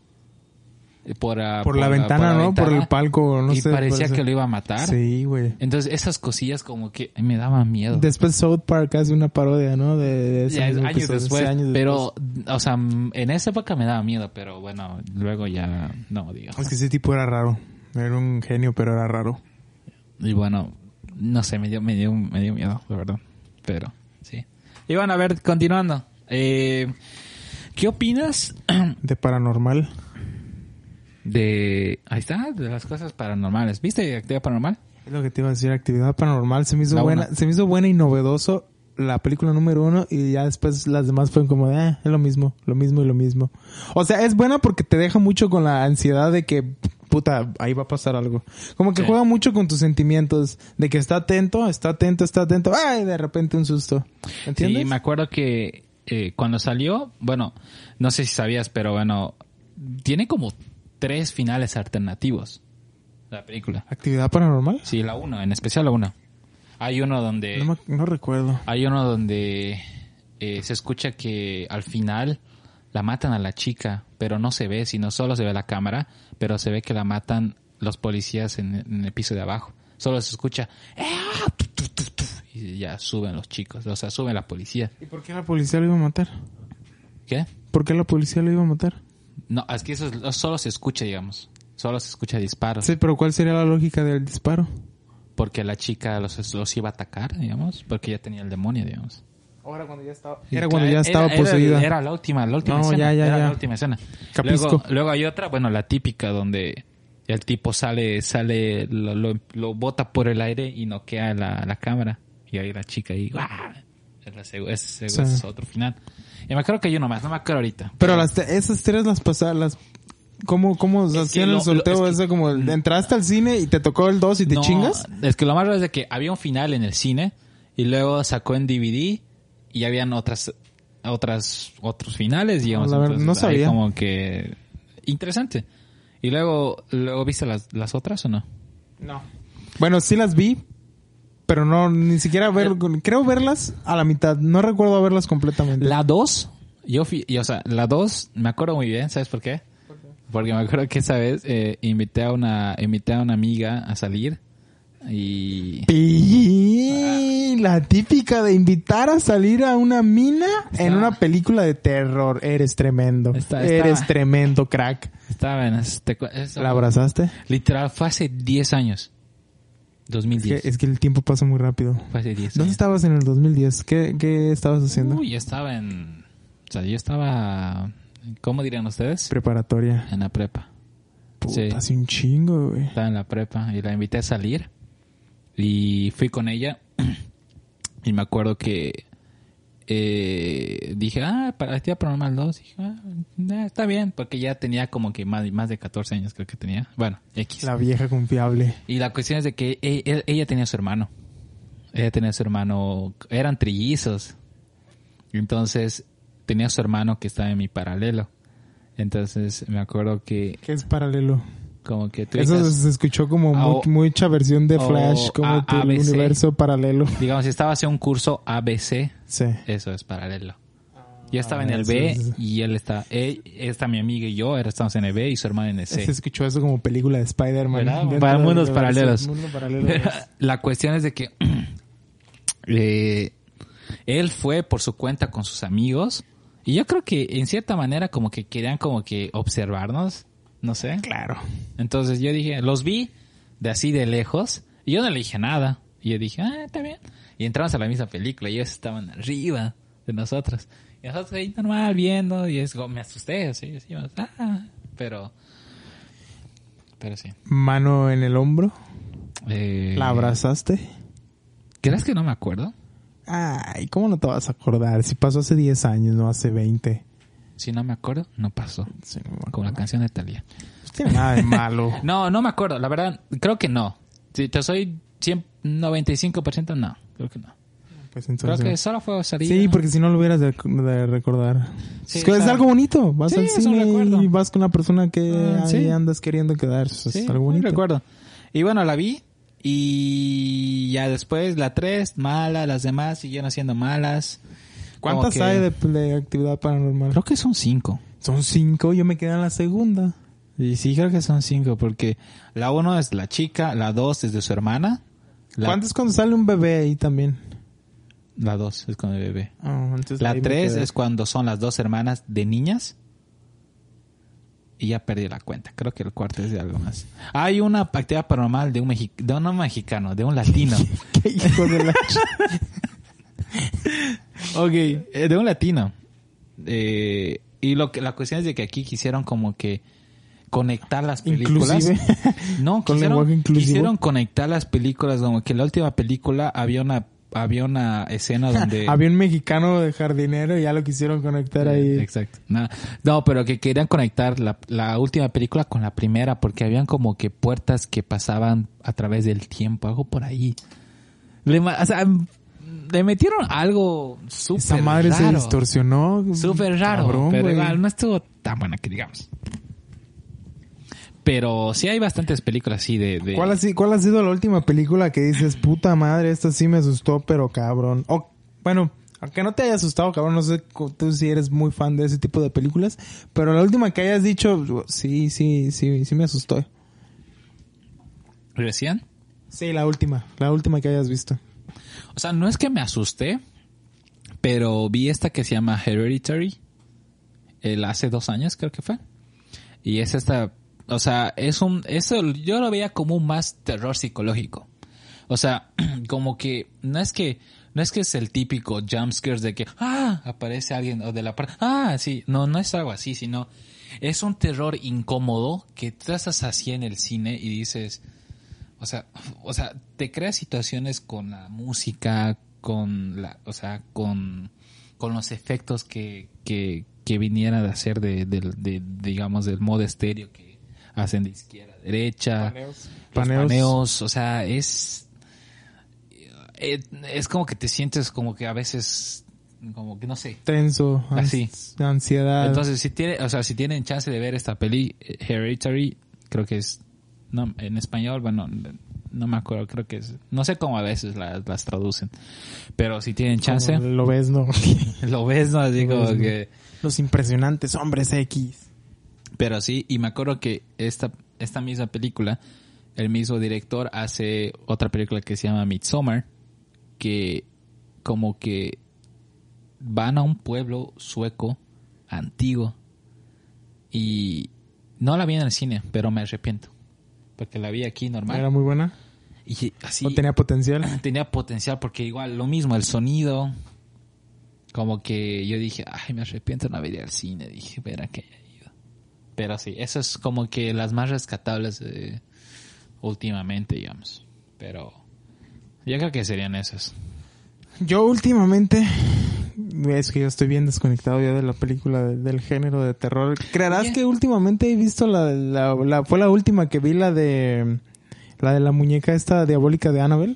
Speaker 1: Eh, Por, ah,
Speaker 2: Por la ventana, ¿no? Por el palco, no
Speaker 1: y
Speaker 2: sé,
Speaker 1: parecía
Speaker 2: parece.
Speaker 1: que lo iba a matar.
Speaker 2: Sí, güey.
Speaker 1: Entonces esas cosillas como que me daban miedo.
Speaker 2: Después South Park hace una parodia, ¿no? De, de ese
Speaker 1: Ya,
Speaker 2: mismo
Speaker 1: años
Speaker 2: episodio,
Speaker 1: después,
Speaker 2: sí, años
Speaker 1: Pero, o sea, m- en esa época me daba miedo, pero bueno, luego ya no, digo.
Speaker 2: después. Es que ese tipo era raro. Era un genio, pero era raro.
Speaker 1: Y bueno, no sé, me dio, me dio, me dio miedo, la verdad. Pero, sí. Y bueno, a ver, continuando. Eh, ¿Qué opinas
Speaker 2: De paranormal.
Speaker 1: de... Ahí está, de las cosas paranormales. ¿Viste Actividad Paranormal?
Speaker 2: Es lo que te iba a decir, actividad paranormal. Se me hizo
Speaker 1: La
Speaker 2: buena,
Speaker 1: una.
Speaker 2: se me hizo buena y novedoso la película número uno y ya después las demás fueron como, de, "Ah, es lo mismo, lo mismo y lo mismo. O sea, es buena porque te deja mucho con la ansiedad de que, puta, ahí va a pasar algo. Como que
Speaker 1: Sí.
Speaker 2: juega mucho con tus sentimientos de que está atento, está atento, está atento, ay, de repente un susto. ¿Entiendes?
Speaker 1: Sí, me acuerdo que eh, cuando salió, bueno, no sé si sabías, pero bueno, tiene como tres finales alternativos la película.
Speaker 2: Actividad paranormal.
Speaker 1: Sí, la uno, en especial la uno. Hay uno donde...
Speaker 2: No, me- no recuerdo.
Speaker 1: Hay uno donde eh, se escucha que al final la matan a la chica, pero no se ve, sino solo se ve la cámara, pero se ve que la matan los policías en, en el piso de abajo. Solo se escucha "Eh, ah, tu, tu, tu, tu", y ya suben los chicos, o sea, sube la policía.
Speaker 2: ¿Y por qué la policía lo iba a matar?
Speaker 1: ¿Qué?
Speaker 2: ¿Por qué la policía lo iba a matar?
Speaker 1: No, es que eso es- solo se escucha, digamos. Solo se escucha disparos.
Speaker 2: Sí, pero ¿cuál sería la lógica del disparo?
Speaker 1: Porque la chica los, los iba a atacar, digamos, porque ya tenía el demonio, digamos.
Speaker 2: Ahora cuando ya estaba.
Speaker 1: Y
Speaker 2: Era cuando ya
Speaker 1: claro,
Speaker 2: estaba
Speaker 1: era- era-
Speaker 2: poseída.
Speaker 1: Era, la última, la última
Speaker 2: No,
Speaker 1: escena.
Speaker 2: ya, ya,
Speaker 1: era
Speaker 2: ya.
Speaker 1: la última escena.
Speaker 2: Capisco.
Speaker 1: Luego, luego hay otra, bueno, la típica donde el tipo sale, sale, lo, lo, lo bota por el aire y noquea la, la cámara. Y ahí la chica ahí, ¡guau! Es la seg- ese- ese
Speaker 2: Sí.
Speaker 1: es otro final. Y me acuerdo que hay uno más, no me acuerdo ahorita.
Speaker 2: Pero las te- esas tres las pasadas, las. ¿Cómo, cómo
Speaker 1: que
Speaker 2: hacían el
Speaker 1: lo-
Speaker 2: sorteo
Speaker 1: lo- es que- mm.
Speaker 2: ese? Como el- entraste al cine y te tocó el 2 y te
Speaker 1: No,
Speaker 2: chingas.
Speaker 1: Es que lo más raro es de que había un final en el cine y luego sacó en DVD y habían otras otras otros finales digamos
Speaker 2: Ah, la verdad,
Speaker 1: Entonces,
Speaker 2: no
Speaker 1: ahí
Speaker 2: sabía.
Speaker 1: como que interesante y luego luego viste las, las otras o no
Speaker 2: No. Bueno, sí las vi, pero no, ni siquiera ver. Creo verlas a la mitad. No recuerdo verlas completamente.
Speaker 1: la 2 yo fui y, o sea la 2 me acuerdo muy bien sabes por qué porque me acuerdo que esa vez eh, invité a una invité a una amiga a salir y
Speaker 2: Pi- La típica de invitar a salir a una mina en
Speaker 1: Estaba-
Speaker 2: una película de terror. Eres tremendo.
Speaker 1: Está- estaba-
Speaker 2: Eres tremendo, crack.
Speaker 1: estaba en este, cu- eso-
Speaker 2: ¿La abrazaste?
Speaker 1: literal fue hace 10 años
Speaker 2: Es
Speaker 1: 2010
Speaker 2: que, es que el tiempo pasa muy rápido.
Speaker 1: Fue hace 10
Speaker 2: ¿Dónde
Speaker 1: años.
Speaker 2: estabas en el 2010? ¿Qué, qué estabas haciendo?
Speaker 1: Uy, yo estaba en... O sea, yo estaba... ¿Cómo dirían ustedes?
Speaker 2: Preparatoria.
Speaker 1: En la prepa. Ah,
Speaker 2: Puta,
Speaker 1: Sí.
Speaker 2: hace un chingo, güey.
Speaker 1: Estaba en la prepa y la invité a salir. Y fui con ella. Y me acuerdo que... eh, dije, ah, para Actividad Paranormal 2. Dije, ah, nah, está bien. Porque ya tenía como que más, más de 14 años creo que tenía. Bueno, X.
Speaker 2: La vieja confiable.
Speaker 1: Y la cuestión es de que e- e- ella, tenía a su hermano. Ella tenía a su hermano, eran trillizos. Entonces tenía a su hermano que estaba en mi paralelo. Entonces me acuerdo que
Speaker 2: ¿Qué es paralelo?
Speaker 1: como que tú
Speaker 2: Eso
Speaker 1: dices,
Speaker 2: se escuchó como
Speaker 1: Ah,
Speaker 2: mu-
Speaker 1: o-
Speaker 2: mucha versión de
Speaker 1: o
Speaker 2: Flash, como
Speaker 1: A-
Speaker 2: tu
Speaker 1: ABC.
Speaker 2: universo paralelo.
Speaker 1: digamos, si estabas en un curso ABC,
Speaker 2: Sí.
Speaker 1: eso es paralelo. Yo estaba en
Speaker 2: Ah,
Speaker 1: el
Speaker 2: sí,
Speaker 1: B
Speaker 2: sí, sí.
Speaker 1: y él está, él- esta mi amiga y yo, era- estábamos en el B y su hermano en el C.
Speaker 2: Se escuchó eso como película de Spider-Man.
Speaker 1: ¿Verdad?
Speaker 2: Dentro
Speaker 1: Para
Speaker 2: del
Speaker 1: mundos
Speaker 2: universo-
Speaker 1: paralelos.
Speaker 2: mundo paralelo, pues, ¿verdad?
Speaker 1: La cuestión es de que eh, él fue por su cuenta con sus amigos y yo creo que en cierta manera como que querían como que observarnos, no sé.
Speaker 2: Claro.
Speaker 1: Entonces yo dije, los vi de así de lejos y yo no le dije nada. Y yo dije, ah, está bien. Y entramos a la misma película y ellos estaban arriba de nosotros. Y nosotros ahí normal viendo y es como, me asusté, así, así, ah, pero... Pero sí.
Speaker 2: Mano en el hombro.
Speaker 1: Eh,
Speaker 2: La abrazaste.
Speaker 1: ¿Crees que no me acuerdo?
Speaker 2: Ay, ¿cómo no te vas a acordar? Si pasó hace 10 años, no hace 20.
Speaker 1: Si no me acuerdo, no pasó.
Speaker 2: Sí, no me acuerdo.
Speaker 1: Como la canción de Talía.
Speaker 2: No tiene nada de malo.
Speaker 1: No, no me acuerdo. La verdad, creo que no. Si te soy 100, 95%, no. Creo que no.
Speaker 2: Pues
Speaker 1: Creo
Speaker 2: entonces-
Speaker 1: que solo fue salir.
Speaker 2: Sí, porque si no lo hubieras de, de recordar.
Speaker 1: Sí,
Speaker 2: es, que es
Speaker 1: claro.
Speaker 2: algo bonito. Vas
Speaker 1: Sí,
Speaker 2: al
Speaker 1: es un
Speaker 2: cine
Speaker 1: recuerdo.
Speaker 2: y vas con una persona que
Speaker 1: Ah,
Speaker 2: ahí
Speaker 1: sí.
Speaker 2: andas queriendo quedar. Eso
Speaker 1: Sí,
Speaker 2: es algo bonito.
Speaker 1: recuerdo. Y bueno, la vi. Y ya después, la 3, mala. Las demás siguieron siendo malas. Como
Speaker 2: ¿Cuántas
Speaker 1: que-
Speaker 2: hay de, de actividad paranormal?
Speaker 1: Creo que son 5.
Speaker 2: Son cinco. Yo me quedé en la segunda.
Speaker 1: Y sí, creo que son 5. Porque la 1 es la chica. La 2 es de su hermana. La,
Speaker 2: ¿Cuántas cuando sale un bebé ahí también?
Speaker 1: La 2 es con el bebé.
Speaker 2: Ah, entonces
Speaker 1: La
Speaker 2: ahí me
Speaker 1: 3
Speaker 2: quedé.
Speaker 1: es cuando son las dos hermanas de niñas. Y ya perdí la cuenta. Creo que el cuarto es de algo más. Hay una actividad paranormal de un, mexi- de un mexicano, de un latino.
Speaker 2: Qué hijo de la ch-
Speaker 1: ok. eh, de un latino. Eh, y lo que, la cuestión es de que aquí quisieron como que conectar las películas.
Speaker 2: Inclusive.
Speaker 1: No,
Speaker 2: Con
Speaker 1: quisieron,
Speaker 2: lenguaje inclusivo.
Speaker 1: quisieron conectar las películas. Como que en la última película había una, había una escena donde...
Speaker 2: Había un mexicano de jardinero y ya lo quisieron conectar ahí.
Speaker 1: Exacto. No, no, pero que querían conectar la, la última película con la primera porque habían como que puertas que pasaban a través del tiempo, algo por ahí. Le, ma- o sea, le metieron algo súper
Speaker 2: Esa madre se
Speaker 1: raro.
Speaker 2: distorsionó.
Speaker 1: Súper raro,
Speaker 2: Cabrón,
Speaker 1: pero
Speaker 2: güey.
Speaker 1: igual no estuvo tan buena que digamos. Pero sí hay bastantes películas así de... de-
Speaker 2: ¿Cuál ha, sido, ¿Cuál ha sido la última película que dices, puta madre, esta sí me asustó, pero cabrón? O, bueno, aunque no te haya asustado, cabrón, no sé co- tú si eres muy fan de ese tipo de películas, pero la última que hayas dicho, sí, sí, sí, sí me asustó.
Speaker 1: ¿Recién?
Speaker 2: Sí, la última, la última que hayas visto.
Speaker 1: O sea, no es que me asusté, pero vi esta que se llama Hereditary, el hace dos años creo que fue. Y es esta, o sea, es un, eso yo lo veía como un más terror psicológico. O sea, como que no es que No es que es el típico jumpscare de que, ah, aparece alguien o de la parte, ah, sí, no, no es algo así, sino es un terror incómodo que tú estás así en el cine y dices, o sea, o sea, te creas situaciones con la música, con la, o sea, con, con los efectos que, que, que viniera de hacer de, de, de, digamos, del modo estéreo que hacen de izquierda a derecha.
Speaker 2: Paneos.
Speaker 1: Los
Speaker 2: Paneos.
Speaker 1: paneos. o sea, es eh, es como que te sientes como que a veces como que no sé.
Speaker 2: Tenso. ans-
Speaker 1: Así.
Speaker 2: Ansiedad.
Speaker 1: Entonces, si tiene, o sea, si tienen chance de ver esta peli eh, Hereditary, creo que es no, en español, bueno, no me acuerdo, creo que es no sé cómo a veces las, las traducen. Pero si tienen chance,
Speaker 2: Como Lo ves, ¿no?
Speaker 1: lo ves, no así como
Speaker 2: ves, ¿no?
Speaker 1: que
Speaker 2: Los impresionantes hombres X.
Speaker 1: Pero sí, y me acuerdo que esta, esta misma película, el mismo director hace otra película que se llama Midsommar, que como que van a un pueblo sueco antiguo y no la vi en el cine, pero me arrepiento, porque la vi aquí
Speaker 2: Era
Speaker 1: normal.
Speaker 2: muy buena.
Speaker 1: Y así
Speaker 2: O tenía potencial.
Speaker 1: tenía potencial porque igual lo mismo, el sonido. Como que yo dije, ay, me arrepiento de no haber ido al cine. Dije, verá que haya ido. Pero sí, eso es como que las más rescatables de- últimamente, digamos. Pero yo creo que serían esas.
Speaker 2: Yo últimamente es que yo estoy bien desconectado ya de la película de- del género de terror. ¿Creerás
Speaker 1: Oye.
Speaker 2: que últimamente he visto la, la, la- fue la última que vi la de la de la muñeca esta diabólica de Annabelle?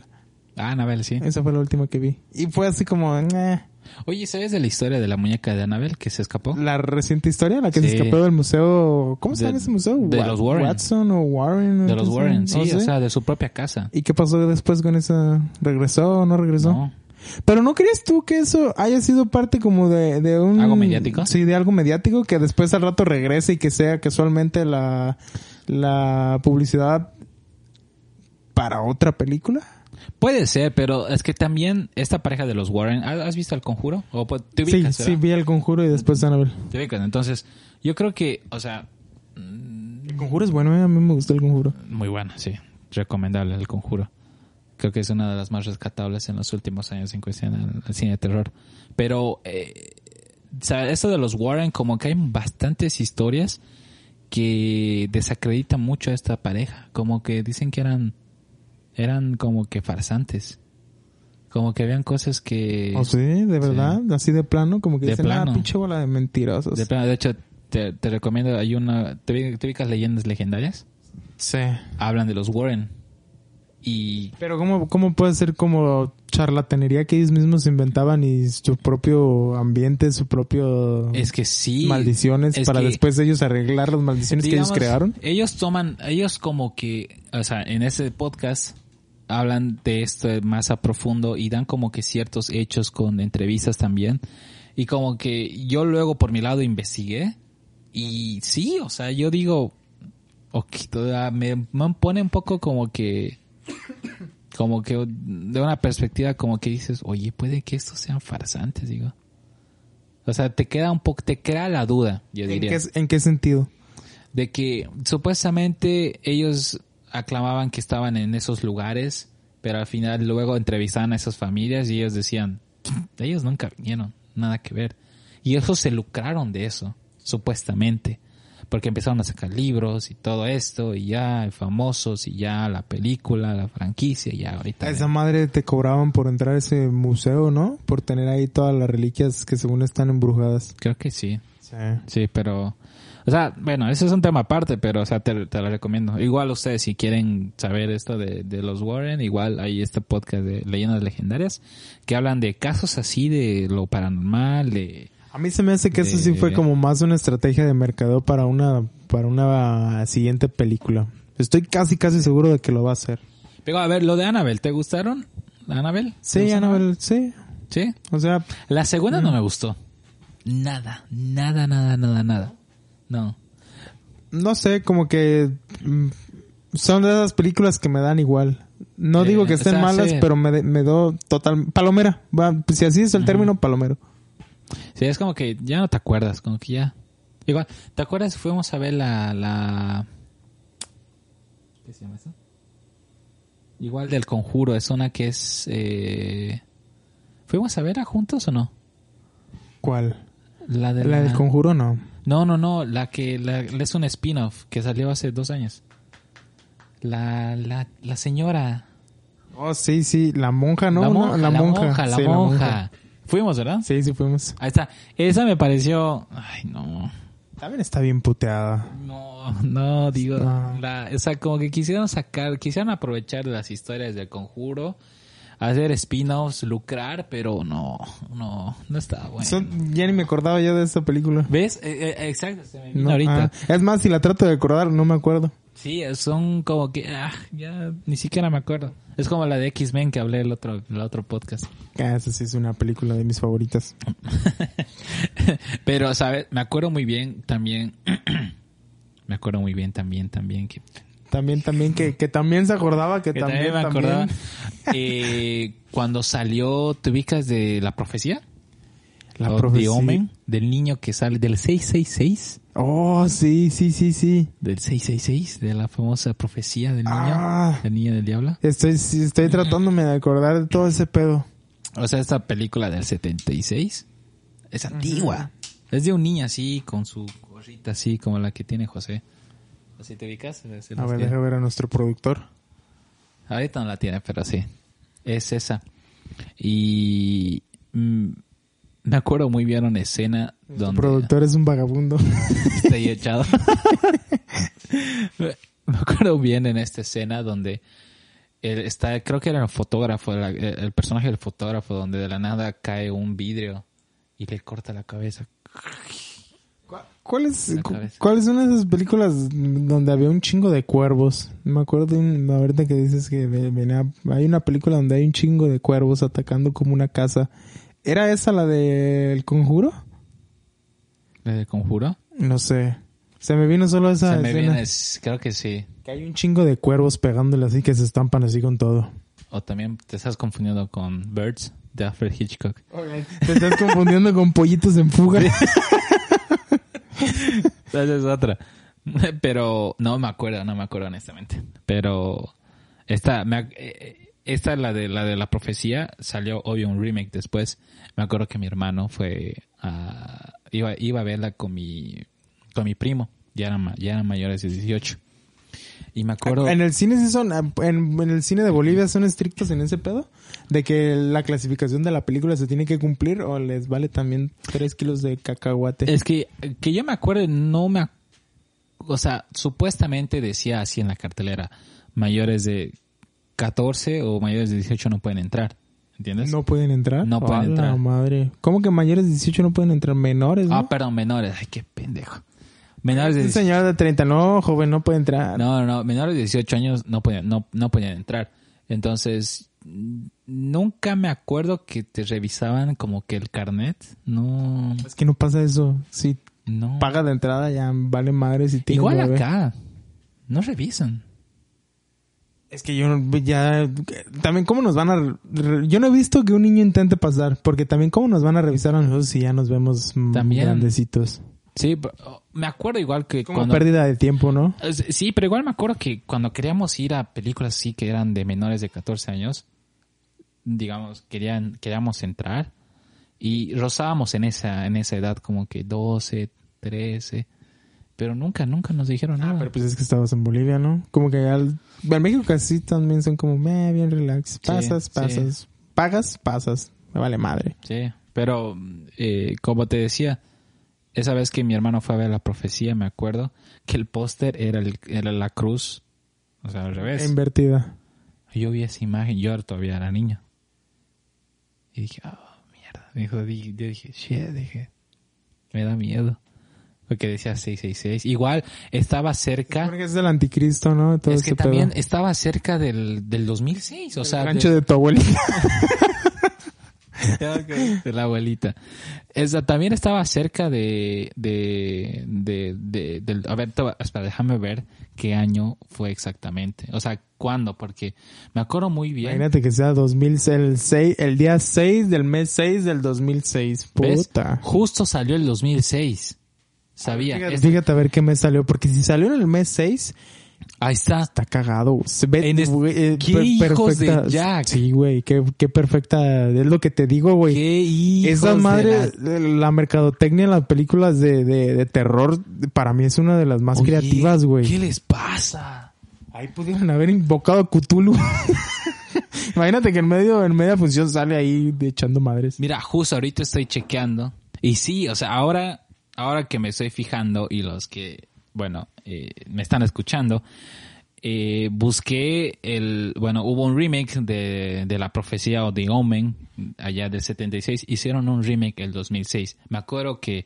Speaker 1: Ah, Anabel, sí.
Speaker 2: Esa fue la última que vi. Y fue así como eh,
Speaker 1: Oye, ¿sabes de la historia de la muñeca de Anabel que se escapó?
Speaker 2: la reciente historia, la que se
Speaker 1: Sí.
Speaker 2: escapó del museo, ¿cómo se
Speaker 1: De-
Speaker 2: llama ese museo?
Speaker 1: de
Speaker 2: Wa-
Speaker 1: los Warren.
Speaker 2: Watson o Warren.
Speaker 1: De los
Speaker 2: entonces,
Speaker 1: Warren, sí,
Speaker 2: no
Speaker 1: o
Speaker 2: sé.
Speaker 1: sea, de su propia casa.
Speaker 2: ¿Y qué pasó después con esa? ¿Regresó o no regresó?
Speaker 1: No.
Speaker 2: Pero ¿no crees tú que eso haya sido parte como de, de un...
Speaker 1: ¿Algo mediático?
Speaker 2: Sí, de algo mediático que después al rato regrese y que sea casualmente la, la publicidad para otra película.
Speaker 1: Puede ser, pero es que también esta pareja de los Warren, ¿has has visto El Conjuro? ¿O pu- te
Speaker 2: Sí,
Speaker 1: ubicas,
Speaker 2: sí,
Speaker 1: verdad?
Speaker 2: vi El Conjuro y después Annabelle.
Speaker 1: Te ubican. Entonces, yo creo que, o sea,
Speaker 2: El Conjuro es bueno, eh, a mí me gustó El Conjuro.
Speaker 1: muy buena, sí. Recomendable el conjuro. Creo que es una de las más rescatables en los últimos años en cuestión al, al cine de terror. Pero, eh, o sea, esto de los Warren, como que hay bastantes historias que desacreditan mucho a esta pareja. Como que dicen que eran, eran como que farsantes. Como que habían cosas que...
Speaker 2: ¿O Ah, ¿Oh, sí? ¿De verdad? Así de plano, como que
Speaker 1: De
Speaker 2: dicen, ah,
Speaker 1: plano.
Speaker 2: pinche bola de mentirosos.
Speaker 1: De, plano, de hecho, te, te recomiendo, hay una... ¿te, ubi- ¿Te ubicas leyendas legendarias?
Speaker 2: Sí.
Speaker 1: Hablan de los Warren. Y
Speaker 2: Pero ¿cómo, ¿cómo puede ser como charlatanería que ellos mismos inventaban y su propio ambiente, su propio...
Speaker 1: Es que sí.
Speaker 2: maldiciones
Speaker 1: Es
Speaker 2: para
Speaker 1: que,
Speaker 2: después ellos arreglar las maldiciones
Speaker 1: digamos,
Speaker 2: que ellos crearon.
Speaker 1: Ellos toman, ellos como que, o sea, en ese podcast hablan de esto más a profundo y dan como que ciertos hechos con entrevistas también. Y como que yo luego por mi lado investigué y sí, o sea, yo digo, ok, toda- me, me pone un poco como que, como que de una perspectiva como que dices, oye, puede que estos sean farsantes, digo. O sea, te queda un poco, te crea la duda, yo
Speaker 2: ¿En
Speaker 1: diría
Speaker 2: qué, en qué sentido?
Speaker 1: de que supuestamente ellos aclamaban que estaban en esos lugares, pero al final luego entrevistaban a esas familias y ellos decían, ellos nunca vinieron, nada que ver. Y ellos se lucraron de eso, supuestamente, porque empezaron a sacar libros y todo esto, y ya famosos, y ya la película, la franquicia, y ya ahorita.
Speaker 2: Esa madre te cobraban por entrar a ese museo, ¿no? Por tener ahí todas las reliquias que según están embrujadas.
Speaker 1: Creo que sí.
Speaker 2: Sí.
Speaker 1: Sí, pero... O sea, bueno, ese es un tema aparte, pero o sea, te, te lo recomiendo. Igual ustedes, si quieren saber esto de, de los Warren, igual hay este podcast de Leyendas Legendarias que hablan de casos así de lo paranormal, de...
Speaker 2: A mí se me hace que eso sí
Speaker 1: Eh.
Speaker 2: fue como más una estrategia de mercadeo para una para una siguiente película. Estoy casi casi seguro de que lo va a hacer.
Speaker 1: Pero a ver, lo de Annabelle, ¿te gustaron? ¿Annabelle? ¿Te
Speaker 2: Sí,
Speaker 1: gustó
Speaker 2: Annabelle, sí.
Speaker 1: Sí.
Speaker 2: O sea,
Speaker 1: La segunda no me gustó. Nada, nada, nada, nada, nada. No.
Speaker 2: no sé, como que mm, son de esas películas que me dan igual. No
Speaker 1: Eh,
Speaker 2: digo que estén
Speaker 1: o sea,
Speaker 2: malas,
Speaker 1: sí.
Speaker 2: pero me, me do total... Palomera. Va, pues, si así es el término, palomero.
Speaker 1: Sí, es como que ya no te acuerdas, como que ya. Igual, ¿te acuerdas? Fuimos a ver la. la... ¿Qué se llama eso? Igual del conjuro, es una que es. Eh... ¿Fuimos a verla juntos o no?
Speaker 2: ¿Cuál?
Speaker 1: La de
Speaker 2: ¿La del conjuro no?
Speaker 1: No, no, no, la que la- la es un spin-off que salió hace dos años. La, la, la señora.
Speaker 2: Oh, sí, sí, la monja, Ah, ¿no?
Speaker 1: la,
Speaker 2: No,
Speaker 1: monja, la monja, la
Speaker 2: sí,
Speaker 1: monja. Fuimos, ¿verdad?
Speaker 2: Sí, sí fuimos.
Speaker 1: Ahí está. Esa me pareció. Ay, no.
Speaker 2: También está bien puteada.
Speaker 1: No, no, digo.
Speaker 2: No.
Speaker 1: La, o sea, como que quisieron sacar, quisieron aprovechar las historias del conjuro, hacer spin-offs, lucrar, pero no, no, no estaba bueno.
Speaker 2: Son- ya ni me acordaba yo de esta película.
Speaker 1: ¿Ves? Eh, eh, exacto, se me vino
Speaker 2: No,
Speaker 1: ahorita.
Speaker 2: ah, es más, si la trato de acordar, no me acuerdo.
Speaker 1: Sí, son como que ah, ya ni siquiera me acuerdo. Es como la de X-Men que hablé el otro el otro podcast.
Speaker 2: Ah, esa sí es una película de mis favoritas.
Speaker 1: Pero sabes, me acuerdo muy bien también me acuerdo muy bien también también que,
Speaker 2: También, también, que, que también se acordaba que,
Speaker 1: que
Speaker 2: también,
Speaker 1: también, me acordaba
Speaker 2: también.
Speaker 1: eh, cuando salió te ubicas de la profecía?
Speaker 2: La
Speaker 1: O The
Speaker 2: profecía.
Speaker 1: Omen, del niño que sale del 666,
Speaker 2: Oh, sí, sí, sí, sí.
Speaker 1: del 666 de la famosa profecía del niño,
Speaker 2: Ah.
Speaker 1: del niño del diablo.
Speaker 2: Estoy, sí, estoy tratándome de acordar de todo ese pedo.
Speaker 1: O sea, esta película del 76 es antigua. Es de un niño así, con su gorrita así, como la que tiene José. Así te ubicas. Se
Speaker 2: A
Speaker 1: las
Speaker 2: ver,
Speaker 1: tiene.
Speaker 2: déjame ver a nuestro productor.
Speaker 1: Ahorita no la tiene, pero sí. Es esa. Y mm, me acuerdo muy bien una escena
Speaker 2: Tu
Speaker 1: donde
Speaker 2: productor es un vagabundo.
Speaker 1: estoy echado. me acuerdo bien en esta escena donde él está, creo que era el fotógrafo, la- el, el personaje del fotógrafo, donde de la nada cae un vidrio y le corta la cabeza.
Speaker 2: ¿Cuál es,
Speaker 1: La
Speaker 2: cu-
Speaker 1: cabeza.
Speaker 2: ¿Cuáles son esas películas donde había un chingo de cuervos? Me acuerdo de un- ahorita que dices que ve- venía- hay una película donde hay un chingo de cuervos atacando como una casa. ¿Era esa la del conjuro?
Speaker 1: ¿Le conjuro?
Speaker 2: No sé. Se me vino solo esa
Speaker 1: Se me
Speaker 2: escena.
Speaker 1: viene, es- creo que sí.
Speaker 2: Que hay un chingo de cuervos pegándole así que se estampan así con todo.
Speaker 1: O también te estás confundiendo con Birds de Alfred Hitchcock.
Speaker 2: Te estás confundiendo con pollitos en fuga.
Speaker 1: Esa es otra. Pero no me acuerdo, no me acuerdo honestamente. Pero esta, me ac- eh, esta la de la de la profecía salió obvio un remake después. Me acuerdo que mi hermano fue a iba iba a verla con mi con mi primo. Ya eran ma- ya eran mayores de 18. Y me acuerdo
Speaker 2: En el cine sí son, en, en el cine de Bolivia son estrictos en ese pedo, de que la clasificación de la película se tiene que cumplir o les vale también tres kilos de cacahuate.
Speaker 1: Es que, que yo me acuerdo, no me... ac- O sea, supuestamente decía así en la cartelera, mayores de 14 o mayores de 18 no pueden entrar, ¿entiendes?
Speaker 2: ¿No pueden entrar?
Speaker 1: No pueden
Speaker 2: ¡A la
Speaker 1: entrar.
Speaker 2: madre. ¿Cómo que mayores de 18 no pueden entrar? Menores,
Speaker 1: Ah,
Speaker 2: ¿no?
Speaker 1: perdón, menores, ay, qué pendejo. Menores de
Speaker 2: Un
Speaker 1: 18,
Speaker 2: señor de 30, no, joven, no puede entrar.
Speaker 1: no, no, no, menores de 18 años no podían, no, no podían entrar. Entonces, n- nunca me acuerdo que te revisaban como que el carnet. No,
Speaker 2: Es que no pasa eso. Si
Speaker 1: no.
Speaker 2: paga de entrada ya vale madre si tiene
Speaker 1: Igual
Speaker 2: nueve.
Speaker 1: acá, no revisan.
Speaker 2: Es que yo no- ya también cómo nos van a re- yo no he visto que un niño intente pasar, porque también cómo nos van a revisar a nosotros si ya nos vemos mm,
Speaker 1: También.
Speaker 2: grandecitos.
Speaker 1: Sí, pero, oh, me acuerdo igual que
Speaker 2: Como
Speaker 1: cuando...
Speaker 2: pérdida de tiempo, ¿no?
Speaker 1: Eh, Sí, pero igual me acuerdo que cuando queríamos ir a películas así que eran de menores de 14 años, digamos, querían, queríamos entrar y rozábamos en esa, en esa edad como que 12, 13, pero nunca, nunca nos dijeron nada.
Speaker 2: Pero pues es que estabas en Bolivia, ¿no? Como que al, en México casi también son como, meh, bien relax, pasas,
Speaker 1: sí.
Speaker 2: pasas, pagas, pasas, me vale madre.
Speaker 1: Sí, pero eh, como te decía, esa vez que mi hermano fue a ver la profecía, me acuerdo que el póster era, el- era la cruz, o sea, al revés.
Speaker 2: Invertida.
Speaker 1: Yo vi esa imagen, yo todavía era niño. Y dije, oh, mierda. Dijo, di- yo dije, shit, dije, me da miedo. Porque decía 666. Igual estaba cerca.
Speaker 2: Porque es del anticristo, ¿no? Todo
Speaker 1: Es que
Speaker 2: ese
Speaker 1: también
Speaker 2: pedo.
Speaker 1: estaba cerca del, del 2006, o sea,
Speaker 2: el
Speaker 1: de-
Speaker 2: rancho de tu abuelita.
Speaker 1: de la abuelita. Esa también estaba cerca de, de, de, de- del- a ver, te va- espera, déjame ver qué año fue exactamente. O sea, cuándo, porque me acuerdo muy bien.
Speaker 2: Imagínate que sea 2006, el, seis- el día 6 del mes 6 del 2006.
Speaker 1: ¿Ves?
Speaker 2: Puta.
Speaker 1: Justo salió el 2006. Sabía.
Speaker 2: Fíjate,
Speaker 1: Es- este-
Speaker 2: fíjate a ver qué mes salió, porque si salió en el mes 6,
Speaker 1: Ahí está.
Speaker 2: Está cagado. güey. Se ve,
Speaker 1: En es-
Speaker 2: güey, eh,
Speaker 1: ¡Qué
Speaker 2: per-
Speaker 1: hijos de
Speaker 2: perfecta.
Speaker 1: Jack!
Speaker 2: Sí, güey, qué, qué perfecta. Es lo que te digo, güey.
Speaker 1: Qué hijos
Speaker 2: Esa
Speaker 1: de
Speaker 2: madre, eh,
Speaker 1: la-
Speaker 2: la... mercadotecnia en las películas de, de, de terror, para mí es una de las más
Speaker 1: Oye,
Speaker 2: creativas,
Speaker 1: ¿Qué
Speaker 2: güey.
Speaker 1: les pasa?
Speaker 2: Ahí pudieron haber invocado a Cthulhu. Imagínate que en medio, en media función sale ahí de echando madres.
Speaker 1: Mira, justo ahorita estoy chequeando. Y sí, o sea, ahora, ahora que me estoy fijando y los que, bueno, eh, me están escuchando, eh, busqué el, bueno, hubo un remake de, de La Profecía o The Omen, allá del 76, hicieron un remake el 2006. Me acuerdo que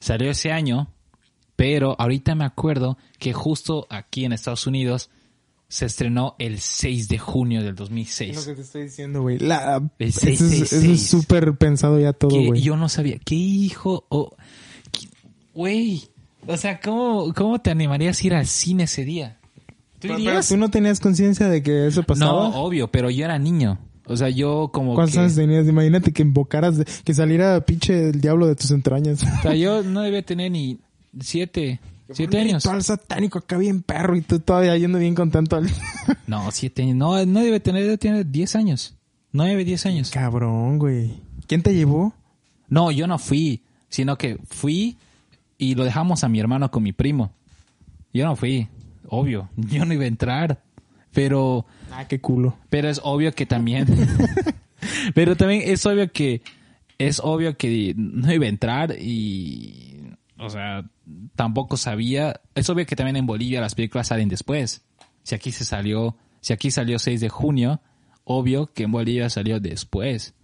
Speaker 1: salió ese año, pero ahorita me acuerdo que justo aquí en Estados Unidos se estrenó el 6 de junio del 2006.
Speaker 2: Es lo que te estoy diciendo, güey. La-
Speaker 1: El
Speaker 2: eso es- eso es
Speaker 1: 666.
Speaker 2: súper pensado ya todo,
Speaker 1: que
Speaker 2: güey.
Speaker 1: yo no sabía. ¿Qué hijo? o qué- Güey. O sea, ¿cómo, ¿cómo te animarías a ir al cine ese día? ¿Tú
Speaker 2: Pero, pero
Speaker 1: irías?
Speaker 2: tú no tenías conciencia de que eso pasaba.
Speaker 1: No, obvio, pero yo era niño. O sea, yo como
Speaker 2: ¿Cuántos
Speaker 1: que...
Speaker 2: años tenías? Imagínate que invocaras, de- que saliera pinche el diablo de tus entrañas.
Speaker 1: O sea, yo no debía tener ni siete, siete
Speaker 2: Un
Speaker 1: años.
Speaker 2: Ritual satánico acá bien perro y tú todavía yendo bien contento al...
Speaker 1: No, siete años. No, no debe tener, debe tener diez años. Nueve, diez años.
Speaker 2: Cabrón, güey. ¿Quién te llevó?
Speaker 1: No, yo no fui, sino que fui y lo dejamos a mi hermano con mi primo. Yo no fui, obvio. Yo no iba a entrar. Pero
Speaker 2: Ah, qué culo.
Speaker 1: Pero es obvio que también. pero también es obvio que. Es obvio que no iba a entrar y. O sea, tampoco sabía. Es obvio que también en Bolivia las películas salen después. Si aquí se salió. Si aquí salió 6 de junio, obvio que en Bolivia salió después.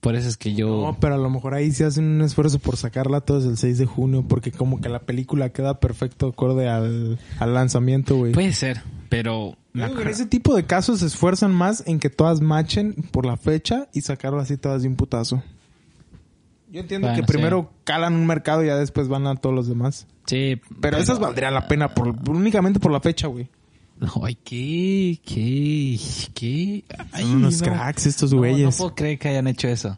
Speaker 1: Por eso es que yo.
Speaker 2: No, pero a lo mejor ahí se hacen un esfuerzo por sacarla todos el 6 de junio porque como que la película queda perfecto acorde al, al lanzamiento, güey.
Speaker 1: Puede ser, pero. me
Speaker 2: Digo que en
Speaker 1: acuerdo-
Speaker 2: ese tipo de casos se esfuerzan más en que todas machen por la fecha y sacarlas así todas de un putazo. Yo entiendo
Speaker 1: Bueno,
Speaker 2: que primero calan un mercado y ya después van a todos los demás.
Speaker 1: Sí,
Speaker 2: Pero, esas valdrían la pena por, por- únicamente por la fecha, güey.
Speaker 1: Ay, qué, qué, qué. Ay,
Speaker 2: Son unos
Speaker 1: no.
Speaker 2: cracks estos
Speaker 1: No,
Speaker 2: güeyes.
Speaker 1: no puedo creer que hayan hecho eso.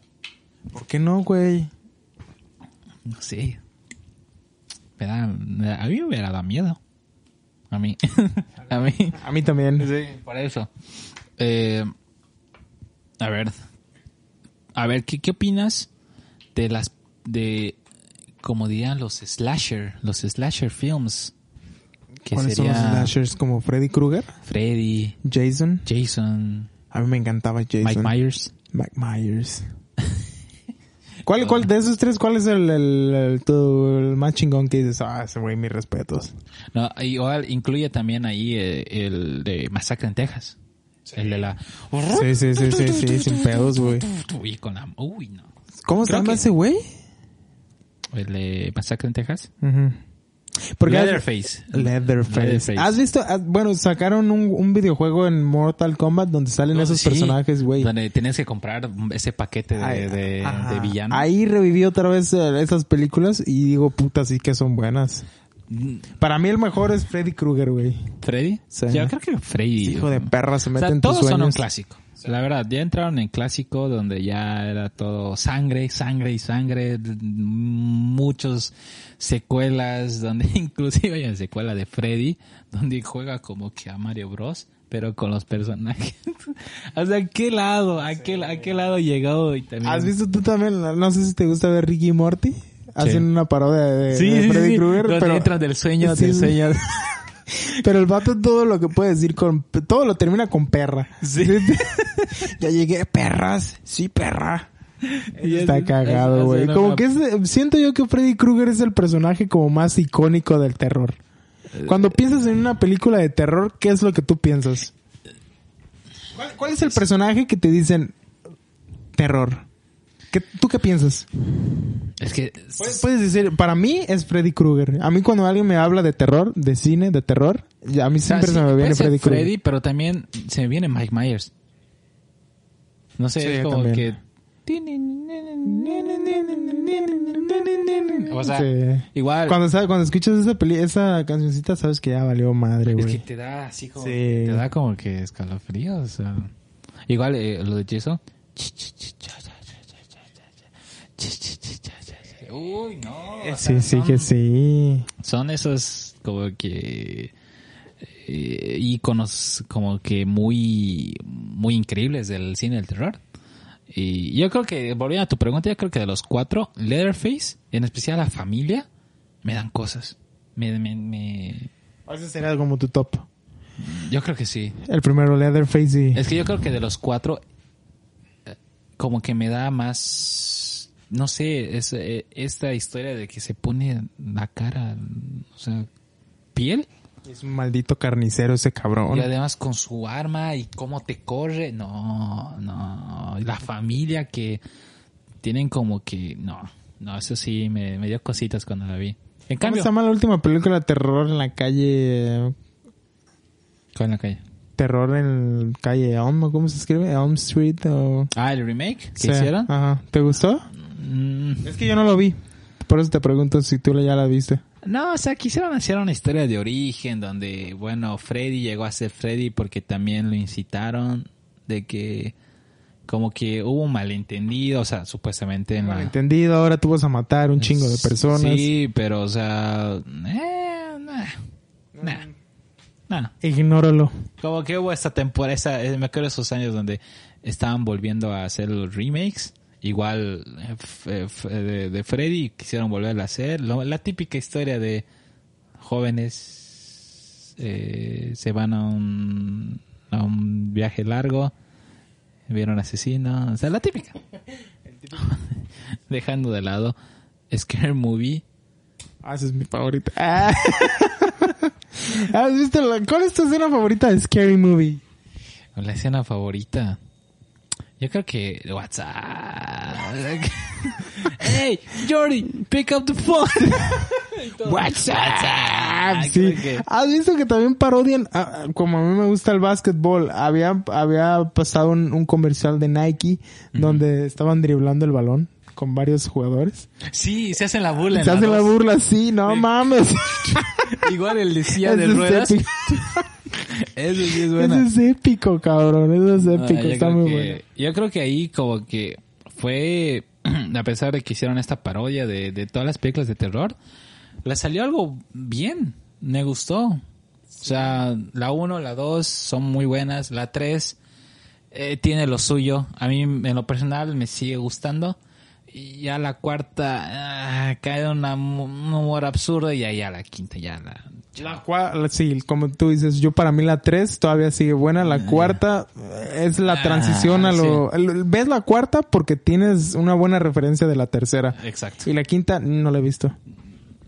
Speaker 2: ¿Por qué no, güey?
Speaker 1: No sé. Me da- me da- a mí me hubiera dado miedo. A mí. a mí.
Speaker 2: A mí también.
Speaker 1: Por eso. Eh, a ver. A ver, ¿qué, qué opinas de las. de. como dirían los slasher. los slasher films? Que
Speaker 2: ¿Cuáles son
Speaker 1: sería
Speaker 2: los slashers? ¿Como Freddy Krueger?
Speaker 1: Freddy,
Speaker 2: ¿Jason?
Speaker 1: Jason,
Speaker 2: A mí me encantaba Jason.
Speaker 1: Mike Myers.
Speaker 2: Mike Myers. ¿Cuál, cuál de esos tres, cuál es el, el, el- tu- el más chingón que dices? Ah, ese güey, mis respetos.
Speaker 1: No, igual incluye también ahí eh, el de Masacre en Texas. El de la.
Speaker 2: Sí, sí, sí, sí, sí, sin pedos, güey.
Speaker 1: Uy, con la. Uy, no.
Speaker 2: ¿Cómo se
Speaker 1: Creo
Speaker 2: llama
Speaker 1: que-
Speaker 2: ese güey?
Speaker 1: El de Masacre en Texas.
Speaker 2: Ujú.
Speaker 1: Leatherface.
Speaker 2: Leatherface.
Speaker 1: Leatherface.
Speaker 2: ¿Has visto? Ah, Bueno, sacaron un, un videojuego en Mortal Kombat donde salen esos
Speaker 1: Oh, Sí,
Speaker 2: personajes, güey.
Speaker 1: Donde tenías que comprar ese paquete de,
Speaker 2: Ay,
Speaker 1: de,
Speaker 2: ajá.
Speaker 1: de villano.
Speaker 2: Ahí reviví otra vez eh, esas películas y digo, puta, sí que son buenas.
Speaker 1: Mm,
Speaker 2: Para mí el mejor es Freddy Krueger, güey.
Speaker 1: ¿Freddy?
Speaker 2: Sí.
Speaker 1: Yo creo que Freddy.
Speaker 2: Hijo de perra, se
Speaker 1: o sea,
Speaker 2: mete en tus
Speaker 1: todos son un
Speaker 2: sueños.
Speaker 1: clásico. La verdad, ya entraron en clásico donde ya era todo sangre, sangre y sangre, d- muchos secuelas, donde inclusive hay una secuela de Freddy, donde juega como que a Mario Bros, pero con los personajes. o sea, ¿a qué lado? ¿A, qué, ¿a qué lado llegado? Y también...
Speaker 2: ¿Has visto tú también? No sé si te gusta ver Ricky y Morty. Hacen una parodia de,
Speaker 1: Sí,
Speaker 2: de
Speaker 1: sí,
Speaker 2: Freddy
Speaker 1: sí.
Speaker 2: Krueger,
Speaker 1: Donde
Speaker 2: pero,
Speaker 1: entras del sueño,
Speaker 2: Sí,
Speaker 1: del
Speaker 2: sí.
Speaker 1: sueño.
Speaker 2: pero el vato todo lo que puede decir con... Todo lo termina con perra.
Speaker 1: Sí.
Speaker 2: ya llegué, perras. Sí, perra.
Speaker 1: Y
Speaker 2: Está
Speaker 1: es- es-
Speaker 2: cagado,
Speaker 1: es
Speaker 2: güey.
Speaker 1: una-
Speaker 2: Como que es, siento yo que Freddy Krueger es el personaje como más icónico del terror.
Speaker 1: Eh,
Speaker 2: Cuando piensas en una película de terror, ¿qué es lo que tú piensas? ¿Cuál, cuál es el personaje que te dicen terror? ¿Qué, ¿Tú qué piensas?
Speaker 1: Es que...
Speaker 2: Puedes, puedes decir, para mí es Freddy Krueger. A mí cuando alguien me habla de terror, de cine, de terror, ya a mí
Speaker 1: O sea,
Speaker 2: siempre
Speaker 1: sí,
Speaker 2: se me
Speaker 1: puede
Speaker 2: viene
Speaker 1: ser
Speaker 2: Freddy Krueger.
Speaker 1: Freddy, pero también se me viene Mike Myers. No sé,
Speaker 2: Sí,
Speaker 1: es como
Speaker 2: también.
Speaker 1: que... O sea,
Speaker 2: Sí.
Speaker 1: igual...
Speaker 2: Cuando, sabes- cuando escuchas esa, peli, esa cancioncita, sabes que ya valió madre,
Speaker 1: es que
Speaker 2: güey.
Speaker 1: te da así como...
Speaker 2: Sí.
Speaker 1: que Te da como que escalofrío, o sea... Igual eh, lo de Jason... Uy, no. o sea,
Speaker 2: Sí, sí
Speaker 1: son-
Speaker 2: que sí.
Speaker 1: Son esos como que eh, íconos como que muy, muy increíbles del cine del terror. Y yo creo que, volviendo a tu pregunta, yo creo que de los cuatro, Leatherface, en especial la familia, me dan cosas. Me, me, me-
Speaker 2: Ese sería como tu top.
Speaker 1: Yo creo que sí.
Speaker 2: El primero, Leatherface y...
Speaker 1: Es que yo creo que de los cuatro, eh, como que me da más, no sé, es, eh, esta historia de que se pone la cara, o sea, piel.
Speaker 2: Es un maldito carnicero ese cabrón.
Speaker 1: Y además con su arma y cómo te corre. No, no. La familia que tienen como que... No, no, eso sí, me, me dio cositas cuando la vi. En
Speaker 2: ¿Cómo
Speaker 1: cambio...
Speaker 2: se llama la última película? Terror en la calle...
Speaker 1: ¿Cuál en la calle?
Speaker 2: Terror en calle Elm, ¿cómo se escribe? Elm Street o...
Speaker 1: Ah, el remake que
Speaker 2: Sí, Ah.
Speaker 1: hicieron.
Speaker 2: Ajá. ¿Te gustó?
Speaker 1: Mm,
Speaker 2: Es que yo no lo vi. Por eso te pregunto si tú ya la viste.
Speaker 1: No, o sea, quisieron hacer una historia de origen donde, bueno, Freddy llegó a ser Freddy porque también lo incitaron de que como que hubo un malentendido, o sea, supuestamente
Speaker 2: Ah.
Speaker 1: en la,
Speaker 2: Entendido, ahora tú vas a matar un chingo de personas.
Speaker 1: Sí, pero, o sea, eh, nah, nah, nah.
Speaker 2: Ignóralo.
Speaker 1: Como que hubo esta temporada, esa- eh, me acuerdo esos años donde estaban volviendo a hacer los remakes, igual eh, f- eh, f- eh, de, de Freddy, quisieron volver a hacer. Lo- la típica historia de jóvenes eh, se van a un, a un viaje largo, vieron asesino, o sea, la típica. Dejando de lado Scare Movie.
Speaker 2: Ah, esa es mi favorita. Ah. ¿Has visto la- ¿Cuál es tu escena favorita de Scary Movie?
Speaker 1: La escena favorita. Yo creo que WhatsApp. hey, Jordi, pick up the phone.
Speaker 2: Ah,
Speaker 1: WhatsApp.
Speaker 2: sí. ¿Has visto que también parodian? ah, ah, como a mí me gusta el básquetbol, había, había pasado un, un comercial de Nike donde estaban driblando el balón con varios jugadores.
Speaker 1: Sí, se hacen la burla. en
Speaker 2: Se hace la
Speaker 1: dos.
Speaker 2: burla así, no mames.
Speaker 1: Igual el de silla
Speaker 2: Ese
Speaker 1: de
Speaker 2: es
Speaker 1: ruedas.
Speaker 2: épico.
Speaker 1: Eso sí es
Speaker 2: Ese
Speaker 1: bueno.
Speaker 2: es épico, cabrón. Eso es épico.
Speaker 1: Ah, yo,
Speaker 2: Está
Speaker 1: creo
Speaker 2: muy
Speaker 1: que,
Speaker 2: bueno.
Speaker 1: yo creo que ahí como que fue, a pesar de que hicieron esta parodia de, de todas las películas de terror, le salió algo bien, me gustó. O sea, la 1, la 2 son muy buenas, la 3 tiene lo suyo, a mí en lo personal me sigue gustando. Y ya la cuarta ah, cae en una mu- un humor absurdo y ya, ya la quinta, ya la...
Speaker 2: La cua- la- sí, como tú dices, yo para mí la 3 todavía sigue buena. La cuarta eh, es la
Speaker 1: Ah,
Speaker 2: transición a lo... el- Ves la cuarta porque tienes una buena referencia de la tercera.
Speaker 1: Exacto.
Speaker 2: Y la quinta no la he visto.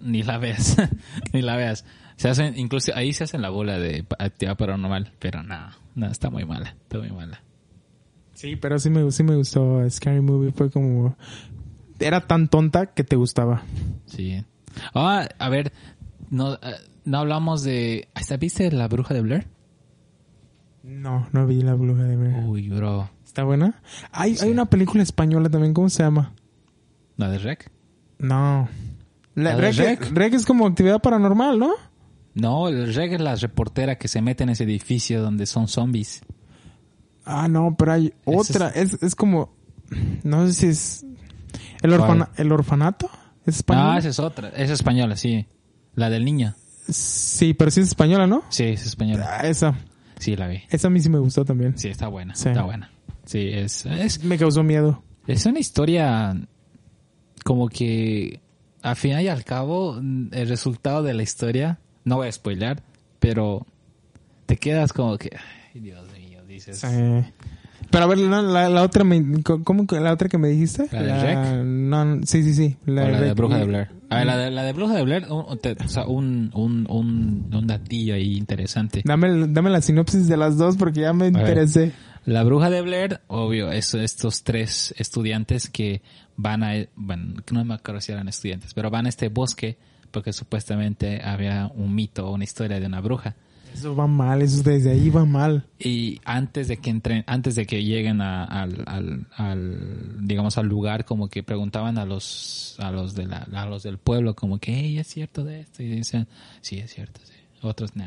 Speaker 1: ni la veas, ni la veas. Se hacen, incluso ahí se hacen la bola de pa- actividad paranormal, pero no, no, está muy mala, está muy mala.
Speaker 2: Sí, pero sí me, sí me gustó Scary Movie. Fue como... Era tan tonta que te gustaba.
Speaker 1: Sí. Ah, a ver, no, eh, no hablamos de... ¿Hasta viste La Bruja de Blair?
Speaker 2: No, no vi La Bruja de Blair.
Speaker 1: Uy, bro.
Speaker 2: ¿Está buena? Hay, hay una película española también. ¿Cómo se llama?
Speaker 1: ¿La de Rec?
Speaker 2: No. La,
Speaker 1: ¿La de
Speaker 2: Rec-
Speaker 1: Rec?
Speaker 2: Rec es como actividad paranormal, ¿no?
Speaker 1: No, el Rec es la reportera que se mete en ese edificio donde son zombies.
Speaker 2: Ah, no, pero hay otra. Es, es como. No sé si es. El, orfana- el orfanato. ¿Es
Speaker 1: Ah,
Speaker 2: español?
Speaker 1: esa es otra, esa es española, sí. La del niño.
Speaker 2: Sí, pero sí es española, ¿no?
Speaker 1: Sí, es española.
Speaker 2: Ah, esa.
Speaker 1: Sí, la vi.
Speaker 2: Esa a mí sí me gustó también.
Speaker 1: Sí, está buena,
Speaker 2: Sí.
Speaker 1: está buena. Sí, es, es
Speaker 2: Me causó miedo.
Speaker 1: Es una historia como que al final y al cabo mm, el resultado de la historia, no voy a spoiler, pero te quedas como que, ay Dios mío, dices.
Speaker 2: Sí. Eh, Pero a ver, la, la- la otra. Me, ¿Cómo que la otra que me dijiste?
Speaker 1: ¿La de Rec?
Speaker 2: no, sí, sí, sí.
Speaker 1: O La, de
Speaker 2: Rec.
Speaker 1: Bruja de Blair. A ver, la de, la de Bruja de Blair, un, un- te- o sea, un, un, un, un datillo ahí interesante.
Speaker 2: Dame, el- dame la sinopsis de las dos porque ya me
Speaker 1: ver.
Speaker 2: interesé.
Speaker 1: La bruja de Blair, obvio, es estos tres estudiantes que van a, bueno, no me acuerdo si eran estudiantes, pero van a este bosque porque supuestamente había un mito, una historia de una bruja.
Speaker 2: Eso va mal, eso desde ahí va mal.
Speaker 1: Y antes de que entren, antes de que lleguen a- al, al, al, digamos, al lugar, como que preguntaban a los, a los de la, a los del pueblo, como que, hey, ¿es cierto de esto? Y dicen, sí, es cierto, sí. Otros, no.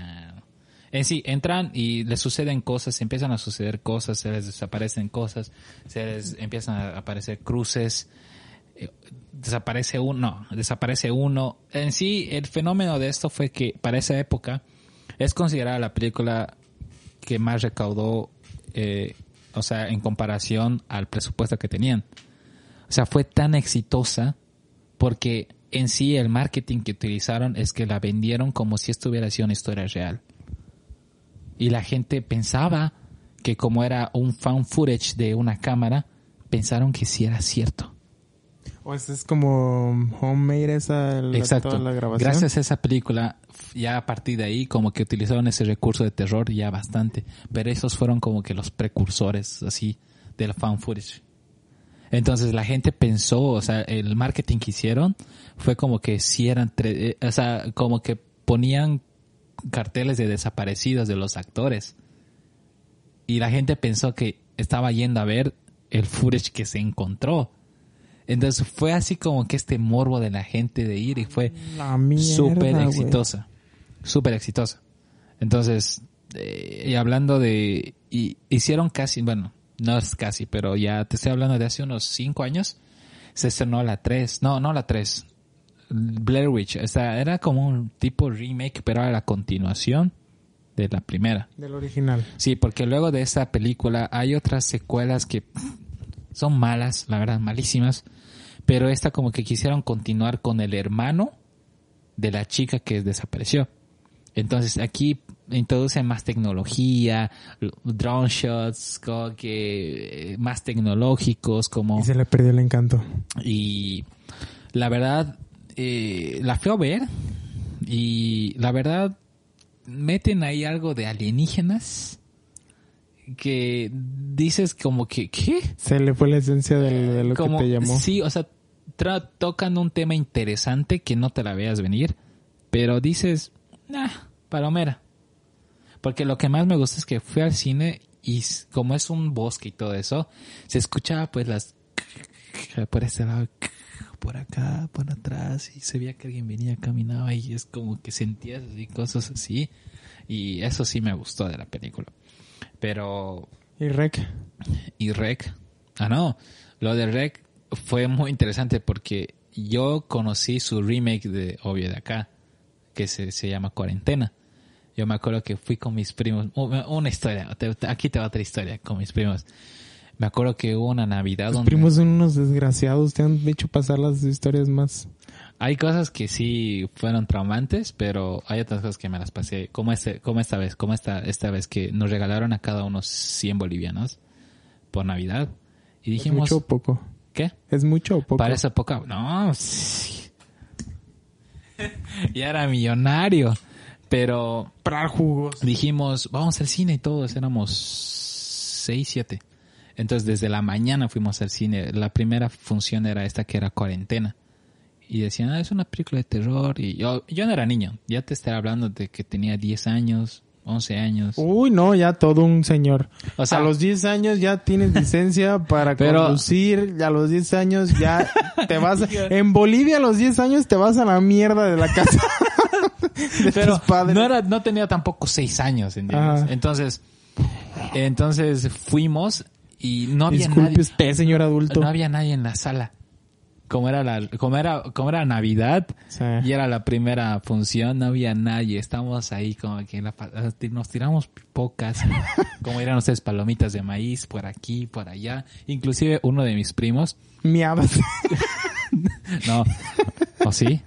Speaker 1: En sí, entran y les suceden cosas, empiezan a suceder cosas, se les desaparecen cosas, se les empiezan a aparecer cruces, eh, desaparece uno, no, desaparece uno. En sí, el fenómeno de esto fue que para esa época, Es considerada la película que más recaudó, eh, o sea, en comparación al presupuesto que tenían. O sea, fue tan exitosa porque en sí el marketing que utilizaron es que la vendieron como si estuviera siendo una historia real. Y la gente pensaba que como era un fan footage de una cámara, pensaron que sí era cierto.
Speaker 2: O sea, es como homemade esa la,
Speaker 1: Exacto.
Speaker 2: toda la grabación.
Speaker 1: Gracias a esa película, f- ya a partir de ahí, como que utilizaron ese recurso de terror ya bastante. Pero esos fueron como que los precursores, así, del fan footage. Entonces la gente pensó, o sea, el marketing que hicieron fue como que si eran, tre- eh, o sea, como que ponían carteles de desaparecidos de los actores. Y la gente pensó que estaba yendo a ver el footage que se encontró. Entonces fue así como que este morbo de la gente de ir y fue
Speaker 2: La mierda,
Speaker 1: súper
Speaker 2: güey.
Speaker 1: exitosa. Súper exitosa. Entonces, eh, y hablando de... y- hicieron casi, bueno, no es casi, pero ya te estoy hablando de hace unos cinco años. Se estrenó la 3. No, no la 3. Blair Witch. O sea, era como un tipo remake, pero era la continuación de la primera.
Speaker 2: Del original.
Speaker 1: Sí, porque luego de esta película hay otras secuelas que son malas, la verdad, malísimas. Pero esta como que quisieron continuar con el hermano de la chica que desapareció. Entonces aquí introducen más tecnología, l- drone shots, como que eh, más tecnológicos, como
Speaker 2: Y se le perdió el encanto.
Speaker 1: y la verdad eh, la fui a ver y la verdad meten ahí algo de alienígenas que dices como que qué
Speaker 2: Se le fue la esencia del- de lo
Speaker 1: como
Speaker 2: que te llamó.
Speaker 1: sí o sea tra- tocan un tema interesante que no te la veas venir pero dices nah palomera porque lo que más me gusta es que fui al cine y s- como es un bosque y todo eso se escuchaba pues las por este lado por acá por atrás y se veía que alguien venía caminaba y es como que sentías así cosas así y eso sí me gustó de la película pero
Speaker 2: Y Rec.
Speaker 1: y Rec. Ah, no. Lo de Rec fue muy interesante porque yo conocí su remake de Obvio de acá, que se, se llama Cuarentena. Yo me acuerdo que fui con mis primos. u- Una historia. te- te- Aquí te va otra historia con mis primos. Me acuerdo que hubo una Navidad
Speaker 2: Tus
Speaker 1: donde
Speaker 2: primos son unos desgraciados. Te han hecho pasar las historias más.
Speaker 1: hay cosas que sí fueron traumantes, pero hay otras cosas que me las pasé. Como este, como esta vez, como esta, esta vez que nos regalaron a cada uno 100 bolivianos por Navidad. Y
Speaker 2: ¿Es
Speaker 1: dijimos,
Speaker 2: Pues mucho o poco?
Speaker 1: ¿qué?
Speaker 2: ¿Es mucho o poco?
Speaker 1: Para esa época, no. sí. ya era millonario. Pero
Speaker 2: comprar jugos.
Speaker 1: dijimos, vamos al cine y todos éramos seis, siete. Entonces desde la mañana fuimos al cine. La primera función era esta que era cuarentena. Y decían, ah, es una película de terror. Y yo, yo no era niño. Ya te estaré hablando de que tenía 10 años, 11 años.
Speaker 2: Uy, no, ya todo un señor.
Speaker 1: O sea-
Speaker 2: Uh, a los 10 años ya tienes licencia para
Speaker 1: Pero-
Speaker 2: conducir, a los 10 años ya te vas... en Bolivia a los 10 años te vas a la mierda de la casa de
Speaker 1: pero
Speaker 2: tus padres.
Speaker 1: no era no tenía tampoco seis años ¿entiendes?
Speaker 2: Ajá.
Speaker 1: entonces entonces fuimos y no había
Speaker 2: Disculpe
Speaker 1: nadie
Speaker 2: usted, señor adulto.
Speaker 1: no había nadie en la sala como era la como era como era navidad
Speaker 2: Sí.
Speaker 1: y era la primera función no había nadie estábamos ahí como que la pa- nos tiramos pocas como eran ustedes palomitas de maíz por aquí por allá inclusive uno de mis primos
Speaker 2: Miabas.
Speaker 1: no o sí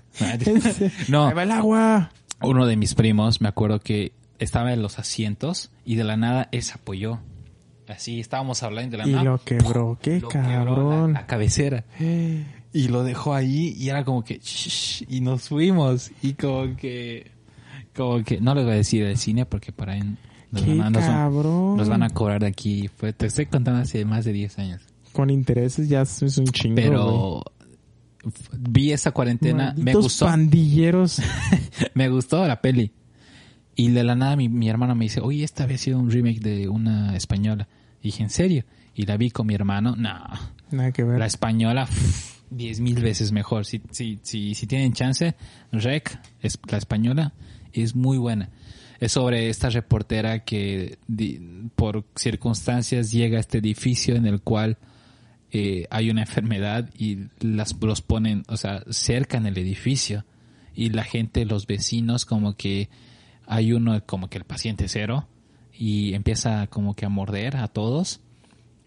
Speaker 1: no
Speaker 2: Ahí va el agua.
Speaker 1: uno de mis primos, me acuerdo que estaba en los asientos y de la nada él se apoyó. Así estábamos hablando y de la
Speaker 2: Y
Speaker 1: nada.
Speaker 2: lo quebró. Qué
Speaker 1: lo quebró la-
Speaker 2: cabrón.
Speaker 1: La, cabecera.
Speaker 2: Eh,
Speaker 1: Y lo dejó ahí y era como que. "Shh", y nos fuimos. Y como que. Como que. No les voy a decir el cine porque para ahí nos,
Speaker 2: Qué
Speaker 1: van a, nos van-
Speaker 2: cabrón.
Speaker 1: nos van a cobrar de aquí. Fue- te estoy contando hace más de 10 años.
Speaker 2: Con intereses ya es es un chingo. güey.
Speaker 1: Pero. f- Vi esa cuarentena. me
Speaker 2: Malditos
Speaker 1: gustó.
Speaker 2: pandilleros.
Speaker 1: me gustó la peli. Y de la nada mi, mi hermano me dice, oye, esta había sido un remake de una española. Y dije, ¿en serio? Y la vi con mi hermano. No,
Speaker 2: Nada que ver.
Speaker 1: la española, pff, diez mil veces mejor. Si, si, si, si tienen chance, Rec, es, la española, es muy buena. Es sobre esta reportera que di- por circunstancias llega a este edificio en el cual eh, hay una enfermedad y las, los ponen, o sea, cerca en el edificio. Y la gente, los vecinos, como que hay uno como que el paciente cero y empieza como que a morder a todos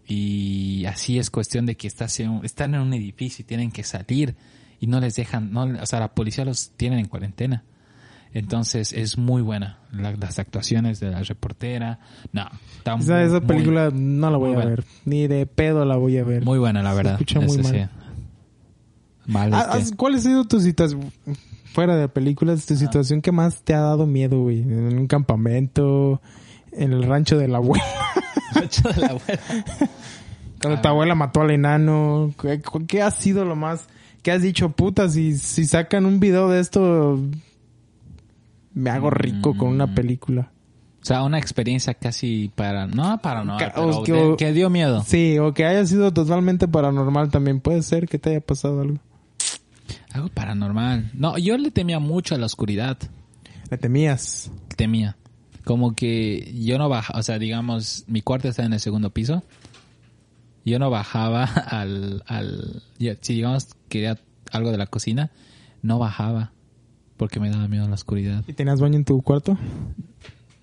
Speaker 1: y así es cuestión de que estás en- están en un edificio y tienen que salir y no les dejan, no, o sea, la policía los tienen en cuarentena. Entonces es muy buena La- las actuaciones de la reportera. No, está
Speaker 2: Esa, esa
Speaker 1: muy-
Speaker 2: película no la voy
Speaker 1: muy
Speaker 2: a
Speaker 1: buena.
Speaker 2: ver. Ni de pedo la voy a ver.
Speaker 1: muy buena, la
Speaker 2: Se
Speaker 1: verdad.
Speaker 2: escucha muy
Speaker 1: Ese
Speaker 2: mal.
Speaker 1: sí. Mal,
Speaker 2: Ah,
Speaker 1: este.
Speaker 2: has- ¿Cuál ha sido tu situación? Fuera de películas,
Speaker 1: Ah.
Speaker 2: tu situación que más te ha dado miedo, güey. En un campamento, en el rancho de la abuela.
Speaker 1: Ocho de la abuela.
Speaker 2: Cuando tu abuela mató al enano. ¿Qué, cu- qué ha sido lo más? ¿Qué has dicho, puta? Si, si sacan un video de esto, me hago rico con
Speaker 1: Mm.
Speaker 2: una película.
Speaker 1: O sea, una experiencia casi para... No, para no.
Speaker 2: Ca-
Speaker 1: pero
Speaker 2: o que-
Speaker 1: de- que dio miedo.
Speaker 2: Sí, o que haya sido totalmente paranormal también. Puede ser que te haya pasado algo.
Speaker 1: Algo paranormal. No, yo le temía mucho a la oscuridad.
Speaker 2: La temías.
Speaker 1: Temía. Como que yo no bajaba, o sea, digamos, mi cuarto está en el segundo piso. Yo no bajaba al... al ya, si digamos quería algo de la cocina, no bajaba. Porque me daba miedo la oscuridad.
Speaker 2: ¿Y tenías baño en tu cuarto?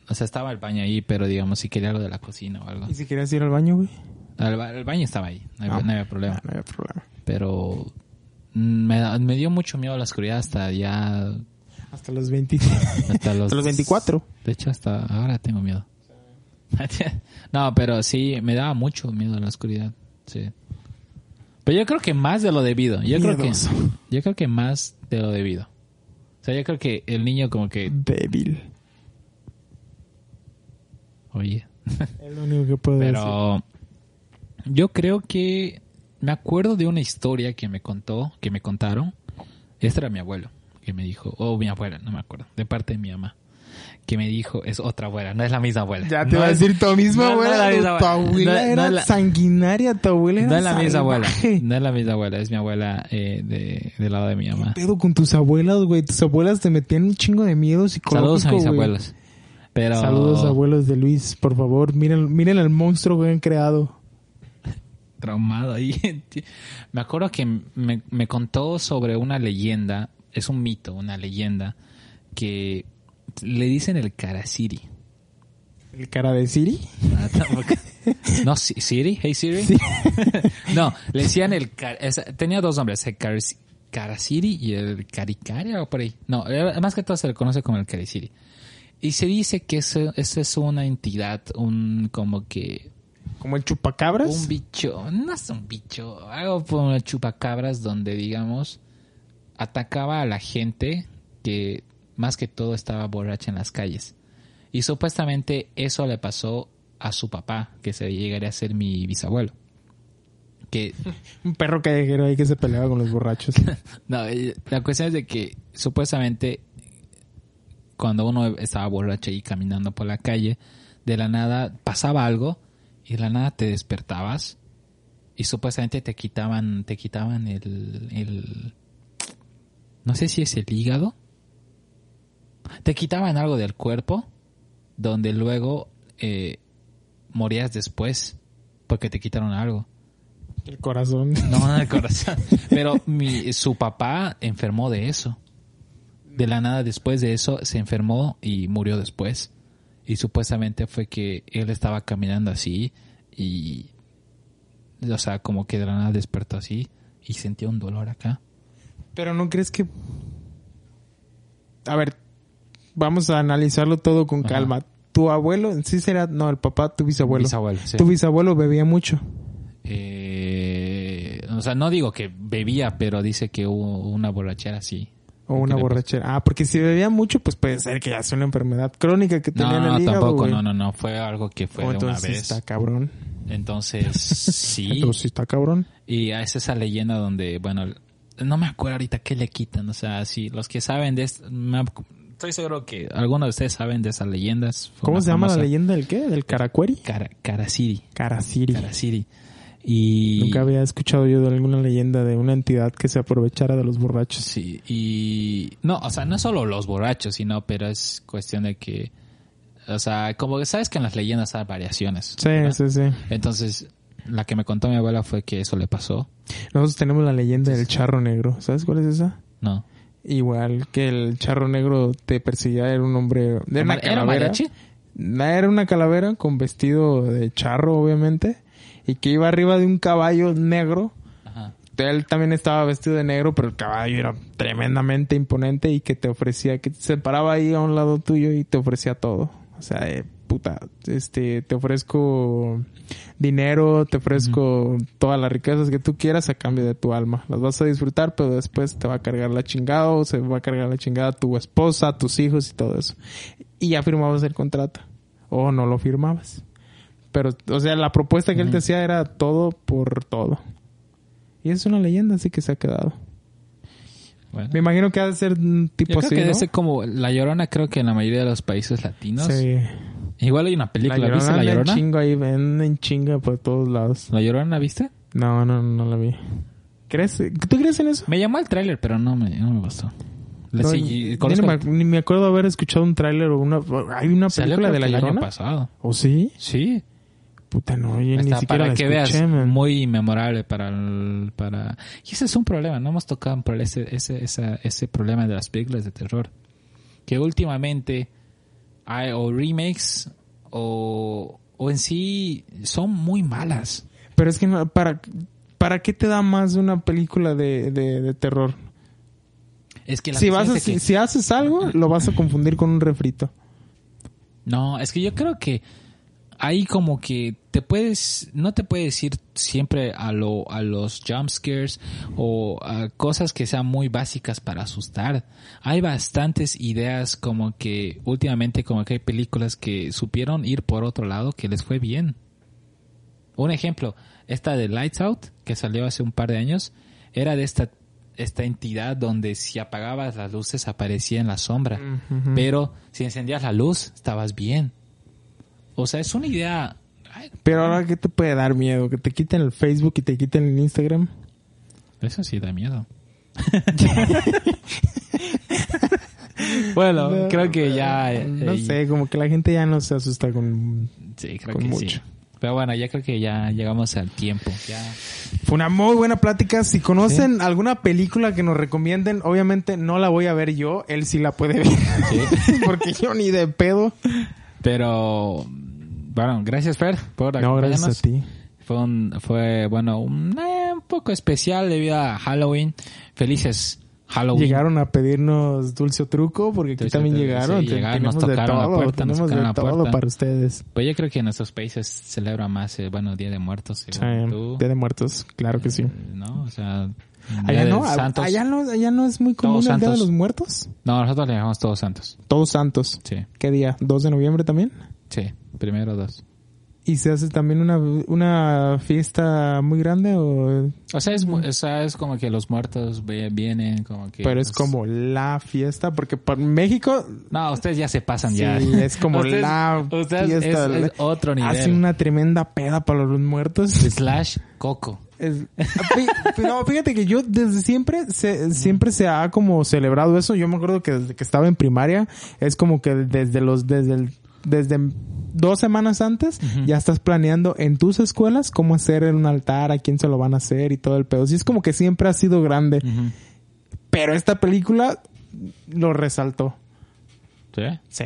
Speaker 1: O sea, estaba el baño ahí, pero digamos, si quería algo de la cocina o algo.
Speaker 2: ¿Y si querías ir al baño, güey?
Speaker 1: El, ba- el baño estaba ahí, no había,
Speaker 2: Ah.
Speaker 1: no había problema.
Speaker 2: No había problema.
Speaker 1: pero mm, me, da- me dio mucho miedo la oscuridad hasta ya
Speaker 2: Hasta los 20.
Speaker 1: hasta los,
Speaker 2: Hasta los 24.
Speaker 1: De hecho hasta ahora tengo miedo. no, pero sí me daba mucho miedo la oscuridad, sí. Pero yo creo que más de lo debido. Yo creo que
Speaker 2: Miedoso.
Speaker 1: yo creo que más de lo debido. O sea, yo creo que el niño como que,
Speaker 2: Débil.
Speaker 1: oye,
Speaker 2: Es lo único que puedo decir.
Speaker 1: Pero yo creo que me acuerdo de una historia que me contó, que me contaron. Este era mi abuelo, que me dijo, o mi abuela, no me acuerdo, de parte de mi mamá, que me dijo, es otra abuela, no es la misma abuela.
Speaker 2: Ya te
Speaker 1: No
Speaker 2: iba a
Speaker 1: es-
Speaker 2: decir tu misma
Speaker 1: no, no
Speaker 2: abuela.
Speaker 1: es la misma
Speaker 2: tu- tu
Speaker 1: abuela.
Speaker 2: abuela
Speaker 1: No, no
Speaker 2: era
Speaker 1: es la-
Speaker 2: sanguinaria, tu abuela era
Speaker 1: No es la misma abuela,
Speaker 2: salvaje.
Speaker 1: no es la misma abuela, es mi abuela eh, de, del lado de mi mamá.
Speaker 2: pedo con tus abuelas, güey? Tus abuelas te metían un chingo de miedo psicológico,
Speaker 1: Saludos a mis
Speaker 2: güey.
Speaker 1: abuelos. Pero...
Speaker 2: Saludos, abuelos de Luis, por favor. Miren, miren el monstruo que han creado.
Speaker 1: traumado ahí. Me acuerdo que me, me contó sobre una leyenda, es un mito, una leyenda, que le dicen el Karasiri.
Speaker 2: El cara de Siri.
Speaker 1: Ah, tampoco. No, Si- Siri, hey Siri. No, le decían el Ka- es- tenía dos nombres, el Karas- Karasiri y el Karikari o por ahí. No, era- más que todo se le conoce como el Karasiri. Y se dice que eso, eso es una entidad, un como que
Speaker 2: Como el chupacabras.
Speaker 1: un bicho, no es un bicho, algo como el chupacabras donde, digamos, atacaba a la gente que más que todo estaba borracha en las calles. Y supuestamente eso le pasó a su papá, que se llegaría a ser mi bisabuelo. Que,
Speaker 2: Un perro callejero ahí que se peleaba con los borrachos.
Speaker 1: no, eh, la cuestión es de que supuestamente cuando uno estaba borracho y caminando por la calle, de la nada pasaba algo y de la nada te despertabas y supuestamente te quitaban, te quitaban el, el, no sé si es el hígado, te quitaban algo del cuerpo, donde luego eh, morías después porque te quitaron algo.
Speaker 2: el corazón.
Speaker 1: No, no el corazón. Pero mi, su papá enfermó de eso. De la nada, después de eso, se enfermó y murió después. Y supuestamente fue que él estaba caminando así y... O sea, como que de la nada despertó así y sentía un dolor acá.
Speaker 2: Pero no crees que... A ver, vamos a analizarlo todo con
Speaker 1: Ajá.
Speaker 2: calma. Tu abuelo, sí será, no, el papá, tu bisabuelo.
Speaker 1: Bisabuelo, sí.
Speaker 2: Tu bisabuelo bebía mucho.
Speaker 1: Eh, o sea, no digo que bebía, pero dice que hubo una borrachera así.
Speaker 2: O una
Speaker 1: le pasó?
Speaker 2: borrachera. Ah, porque si bebía mucho, pues puede ser que ya sea una enfermedad crónica que
Speaker 1: No,
Speaker 2: tenía en el hígado,
Speaker 1: tampoco,
Speaker 2: güey.
Speaker 1: no, no, no. Fue algo que fue
Speaker 2: Oh,
Speaker 1: de una
Speaker 2: entonces
Speaker 1: vez.
Speaker 2: está cabrón.
Speaker 1: Entonces, sí.
Speaker 2: Entonces está cabrón.
Speaker 1: Y es esa leyenda donde, bueno, no me acuerdo ahorita qué le quitan. O sea, si los que saben de esto, me ac- estoy seguro que algunos de ustedes saben de esas leyendas. Fue
Speaker 2: ¿Cómo
Speaker 1: una
Speaker 2: se llama la
Speaker 1: famosa-
Speaker 2: leyenda del qué? ¿Del Caracueri?
Speaker 1: Cara, Karasiri.
Speaker 2: Caraciri.
Speaker 1: Karasiri. Y,
Speaker 2: Nunca había escuchado yo de alguna leyenda de una entidad que se aprovechara de los borrachos.
Speaker 1: Sí, y... No, o sea, no solo los borrachos, sino, pero es cuestión de que... O sea, como que sabes que en las leyendas hay variaciones.
Speaker 2: Sí,
Speaker 1: ¿verdad?
Speaker 2: sí, sí.
Speaker 1: Entonces, la que me contó mi abuela fue que eso le pasó.
Speaker 2: Nosotros tenemos la leyenda del charro negro. ¿Sabes cuál es esa?
Speaker 1: No.
Speaker 2: Igual que el charro negro te perseguía, era un hombre. Era una
Speaker 1: ¿Era
Speaker 2: calavera.
Speaker 1: mariachi?
Speaker 2: Na- Era una calavera con vestido de charro, obviamente. Y que iba arriba de un caballo negro.
Speaker 1: Ajá.
Speaker 2: Él también estaba vestido de negro, pero el caballo era tremendamente imponente y que te ofrecía, que se paraba ahí a un lado tuyo y te ofrecía todo. O sea, eh, puta, este, te ofrezco dinero, te ofrezco todas las riquezas que tú quieras a cambio de tu alma. Las vas a disfrutar, pero después te va a cargar la chingada o se va a cargar la chingada tu esposa, tus hijos y todo eso. Y ya firmabas el contrato. O no lo firmabas. Pero, o sea, la propuesta que él te hacía era todo por todo. Y es una leyenda, así que se ha quedado.
Speaker 1: Bueno.
Speaker 2: Me imagino que ha de ser un tipo
Speaker 1: Yo creo
Speaker 2: así,
Speaker 1: que
Speaker 2: ¿no?
Speaker 1: ese como La Llorona creo que en la mayoría de los países latinos.
Speaker 2: Sí.
Speaker 1: Igual hay una película, ¿viste La
Speaker 2: anda en
Speaker 1: Llorona?
Speaker 2: chingo ahí, ven en chinga por todos lados.
Speaker 1: ¿La Llorona viste?
Speaker 2: No, no, no la vi. ¿Crees? ¿Tú crees en eso?
Speaker 1: Me llamó el tráiler, pero no me, no me gustó. La-
Speaker 2: No,
Speaker 1: Pues sí,
Speaker 2: ni,
Speaker 1: conozco-
Speaker 2: me, ni me acuerdo haber escuchado un tráiler o una... Hay una
Speaker 1: salió
Speaker 2: película
Speaker 1: creo
Speaker 2: de La
Speaker 1: que el año
Speaker 2: Llorona.
Speaker 1: pasado.
Speaker 2: ¿O sí?
Speaker 1: Sí.
Speaker 2: Puta, no, yo ni
Speaker 1: Hasta
Speaker 2: siquiera
Speaker 1: para
Speaker 2: la
Speaker 1: que
Speaker 2: escuché,
Speaker 1: veas,
Speaker 2: man.
Speaker 1: muy memorable para el- para y ese es un problema, no hemos tocado un pro- ese, ese, esa- ese problema de las películas de terror que últimamente hay o remakes o o en sí son muy malas.
Speaker 2: Pero es que no, para... ¿Para qué te da más una película de, de, de terror?
Speaker 1: Es que la
Speaker 2: Si,
Speaker 1: cuestión
Speaker 2: vas a-
Speaker 1: es de
Speaker 2: si,
Speaker 1: que-
Speaker 2: si haces algo, lo vas a confundir con un refrito.
Speaker 1: No, es que yo creo que ahí como que te puedes, no te puedes ir siempre a lo, a los jump scares o a cosas que sean muy básicas para asustar. Hay bastantes ideas como que últimamente como que hay películas que supieron ir por otro lado que les fue bien. Un ejemplo, esta de Lights Out, que salió hace un par de años, era de esta, esta entidad donde si apagabas las luces aparecía en la sombra.
Speaker 2: Mm. Ujú.
Speaker 1: Pero si encendías la luz, estabas bien. O sea, es una idea... Ay,
Speaker 2: Pero ahora, ¿qué te puede dar miedo? ¿Que te quiten el Facebook y te quiten el Instagram?
Speaker 1: Eso sí da miedo. bueno,
Speaker 2: No,
Speaker 1: creo que ya... eh,
Speaker 2: No
Speaker 1: eh,
Speaker 2: sé, como que la gente ya no se asusta con...
Speaker 1: Sí, creo
Speaker 2: con
Speaker 1: que sí.
Speaker 2: mucho.
Speaker 1: Pero bueno, ya creo que ya llegamos al tiempo. Ya.
Speaker 2: Fue una muy buena plática. Si conocen alguna película que nos recomienden, obviamente no la voy a ver yo. Él sí la puede ver. Porque yo ni de pedo.
Speaker 1: Pero... Bueno, gracias Fer por acompañarnos.
Speaker 2: ti.
Speaker 1: Fue, un- fue bueno, un, eh, un poco especial debido a Halloween. Felices Halloween.
Speaker 2: Llegaron a pedirnos dulce o truco, porque aquí
Speaker 1: Dulce o
Speaker 2: también
Speaker 1: truco,
Speaker 2: llegaron.
Speaker 1: sí, llegaron, nos
Speaker 2: tenemos de
Speaker 1: tocaron la
Speaker 2: todo,
Speaker 1: puerta, nos
Speaker 2: tenemos
Speaker 1: tocaron
Speaker 2: de
Speaker 1: la
Speaker 2: todo
Speaker 1: puerta.
Speaker 2: para ustedes.
Speaker 1: Pues yo creo que en nuestros países celebra más, eh, bueno, Día de Muertos, según tú. Eh,
Speaker 2: Sí, Día de muertos, claro que sí.
Speaker 1: ¿No? O sea, Día
Speaker 2: Allá
Speaker 1: de
Speaker 2: no,
Speaker 1: Santos.
Speaker 2: allá no, allá no es muy común
Speaker 1: Todos
Speaker 2: el Día de
Speaker 1: Santos.
Speaker 2: los Muertos.
Speaker 1: No, nosotros le llamamos Todos Santos.
Speaker 2: Todos Santos.
Speaker 1: Sí,
Speaker 2: ¿Qué día? ¿2 de noviembre también?
Speaker 1: sí. Primero dos.
Speaker 2: ¿Y se hace también una, una fiesta muy grande o...?
Speaker 1: O sea, es, mu- o sea, es como que los muertos ve- vienen, como que...
Speaker 2: Pero es
Speaker 1: pues-
Speaker 2: como la fiesta, porque para México
Speaker 1: No, ustedes ya se pasan ya.
Speaker 2: sí, es como
Speaker 1: Ustedes-
Speaker 2: la
Speaker 1: ustedes
Speaker 2: fiesta.
Speaker 1: es- es otro nivel.
Speaker 2: Hacen una tremenda peda para los muertos.
Speaker 1: Slash Coco.
Speaker 2: Es- ah, fí- no, fíjate que yo desde siempre se, siempre se ha como celebrado eso. Yo me acuerdo que desde que estaba en primaria es como que desde los desde el- desde dos semanas antes ya estás planeando en tus escuelas cómo hacer un altar, a quién se lo van a hacer y todo el pedo. Sí, es como que siempre ha sido grande. Pero esta película lo resaltó.
Speaker 1: ¿Sí?
Speaker 2: Sí.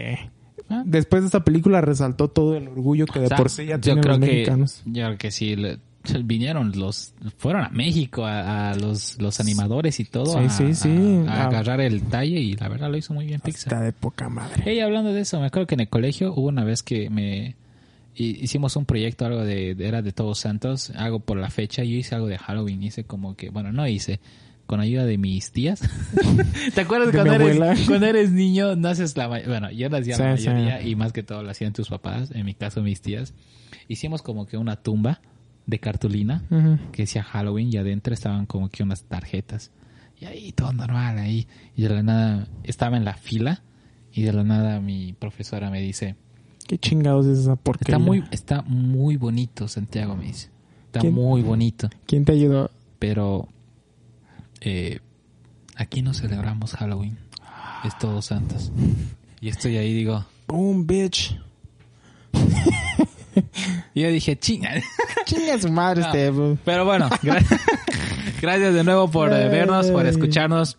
Speaker 1: Ah.
Speaker 2: Después de esta película resaltó todo el orgullo que de
Speaker 1: O sea,
Speaker 2: por sí ya
Speaker 1: yo
Speaker 2: tienen
Speaker 1: creo
Speaker 2: los
Speaker 1: que,
Speaker 2: mexicanos.
Speaker 1: Yo creo que sí. le- vinieron los... Fueron a México a, a los, los animadores y todo.
Speaker 2: Sí,
Speaker 1: a,
Speaker 2: sí, sí.
Speaker 1: a- a
Speaker 2: Ah.
Speaker 1: agarrar el talle y la verdad lo hizo muy bien Pixar.
Speaker 2: Está de poca madre.
Speaker 1: Hey, hablando de eso, me acuerdo que en el colegio hubo una vez que me hi- hicimos un proyecto, algo de, de- era de Todos Santos, algo por la fecha, yo hice algo de Halloween, hice como que, bueno, no hice, con ayuda de mis tías. ¿Te acuerdas
Speaker 2: De
Speaker 1: cuando
Speaker 2: mi abuela.
Speaker 1: eres, cuando eres niño, no haces la ma- bueno, yo lo hacía la
Speaker 2: Sí, sí.
Speaker 1: mayoría y más que todo lo hacían tus papás, en mi caso mis tías. Hicimos como que una tumba de cartulina
Speaker 2: Ujú.
Speaker 1: que decía Halloween y adentro estaban como que unas tarjetas. Y ahí todo normal, ahí. Y de la nada estaba en la fila y de la nada mi profesora me dice,
Speaker 2: ¿Qué chingados es esa
Speaker 1: está
Speaker 2: porquería?
Speaker 1: muy, está muy bonito Santiago, me dice. Está
Speaker 2: ¿Quién?
Speaker 1: muy bonito,
Speaker 2: ¿Quién te ayudó?
Speaker 1: pero eh, aquí no celebramos Halloween. Es todos santos. Y estoy ahí, digo,
Speaker 2: Boom, bitch.
Speaker 1: y yo dije, chinga.
Speaker 2: Chinga su madre
Speaker 1: No.
Speaker 2: este. bro.
Speaker 1: Pero bueno, gra- gracias de nuevo por eh, vernos, por escucharnos.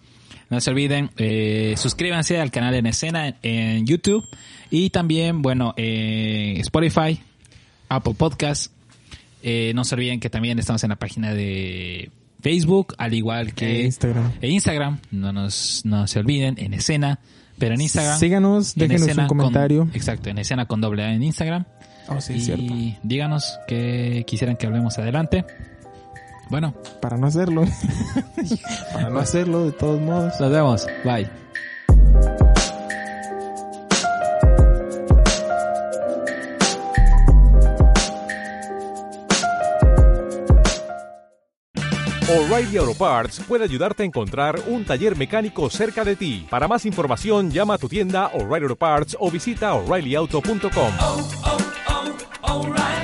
Speaker 1: No se olviden, eh, suscríbanse al canal en escena en, en YouTube y también, bueno, eh, Spotify, Apple Podcast. Eh, no se olviden que también estamos en la página de Facebook, al igual que
Speaker 2: E Instagram.
Speaker 1: e Instagram. No nos no se olviden, en escena, pero en Instagram.
Speaker 2: Síganos,
Speaker 1: en
Speaker 2: déjenos un
Speaker 1: escena con-
Speaker 2: comentario.
Speaker 1: exacto, en escena con doble A en Instagram.
Speaker 2: Oh, sí,
Speaker 1: y
Speaker 2: cierto.
Speaker 1: díganos que quisieran que hablemos adelante. Bueno,
Speaker 2: Para no hacerlo. Para no hacerlo, de todos modos.
Speaker 1: nos vemos. Bye.
Speaker 3: O'Reilly Auto Parts puede ayudarte a encontrar un taller mecánico cerca de ti. Para más información, llama a tu tienda O'Reilly Auto Parts o visita oreillyauto.com.
Speaker 4: oh, oh, O'Reilly.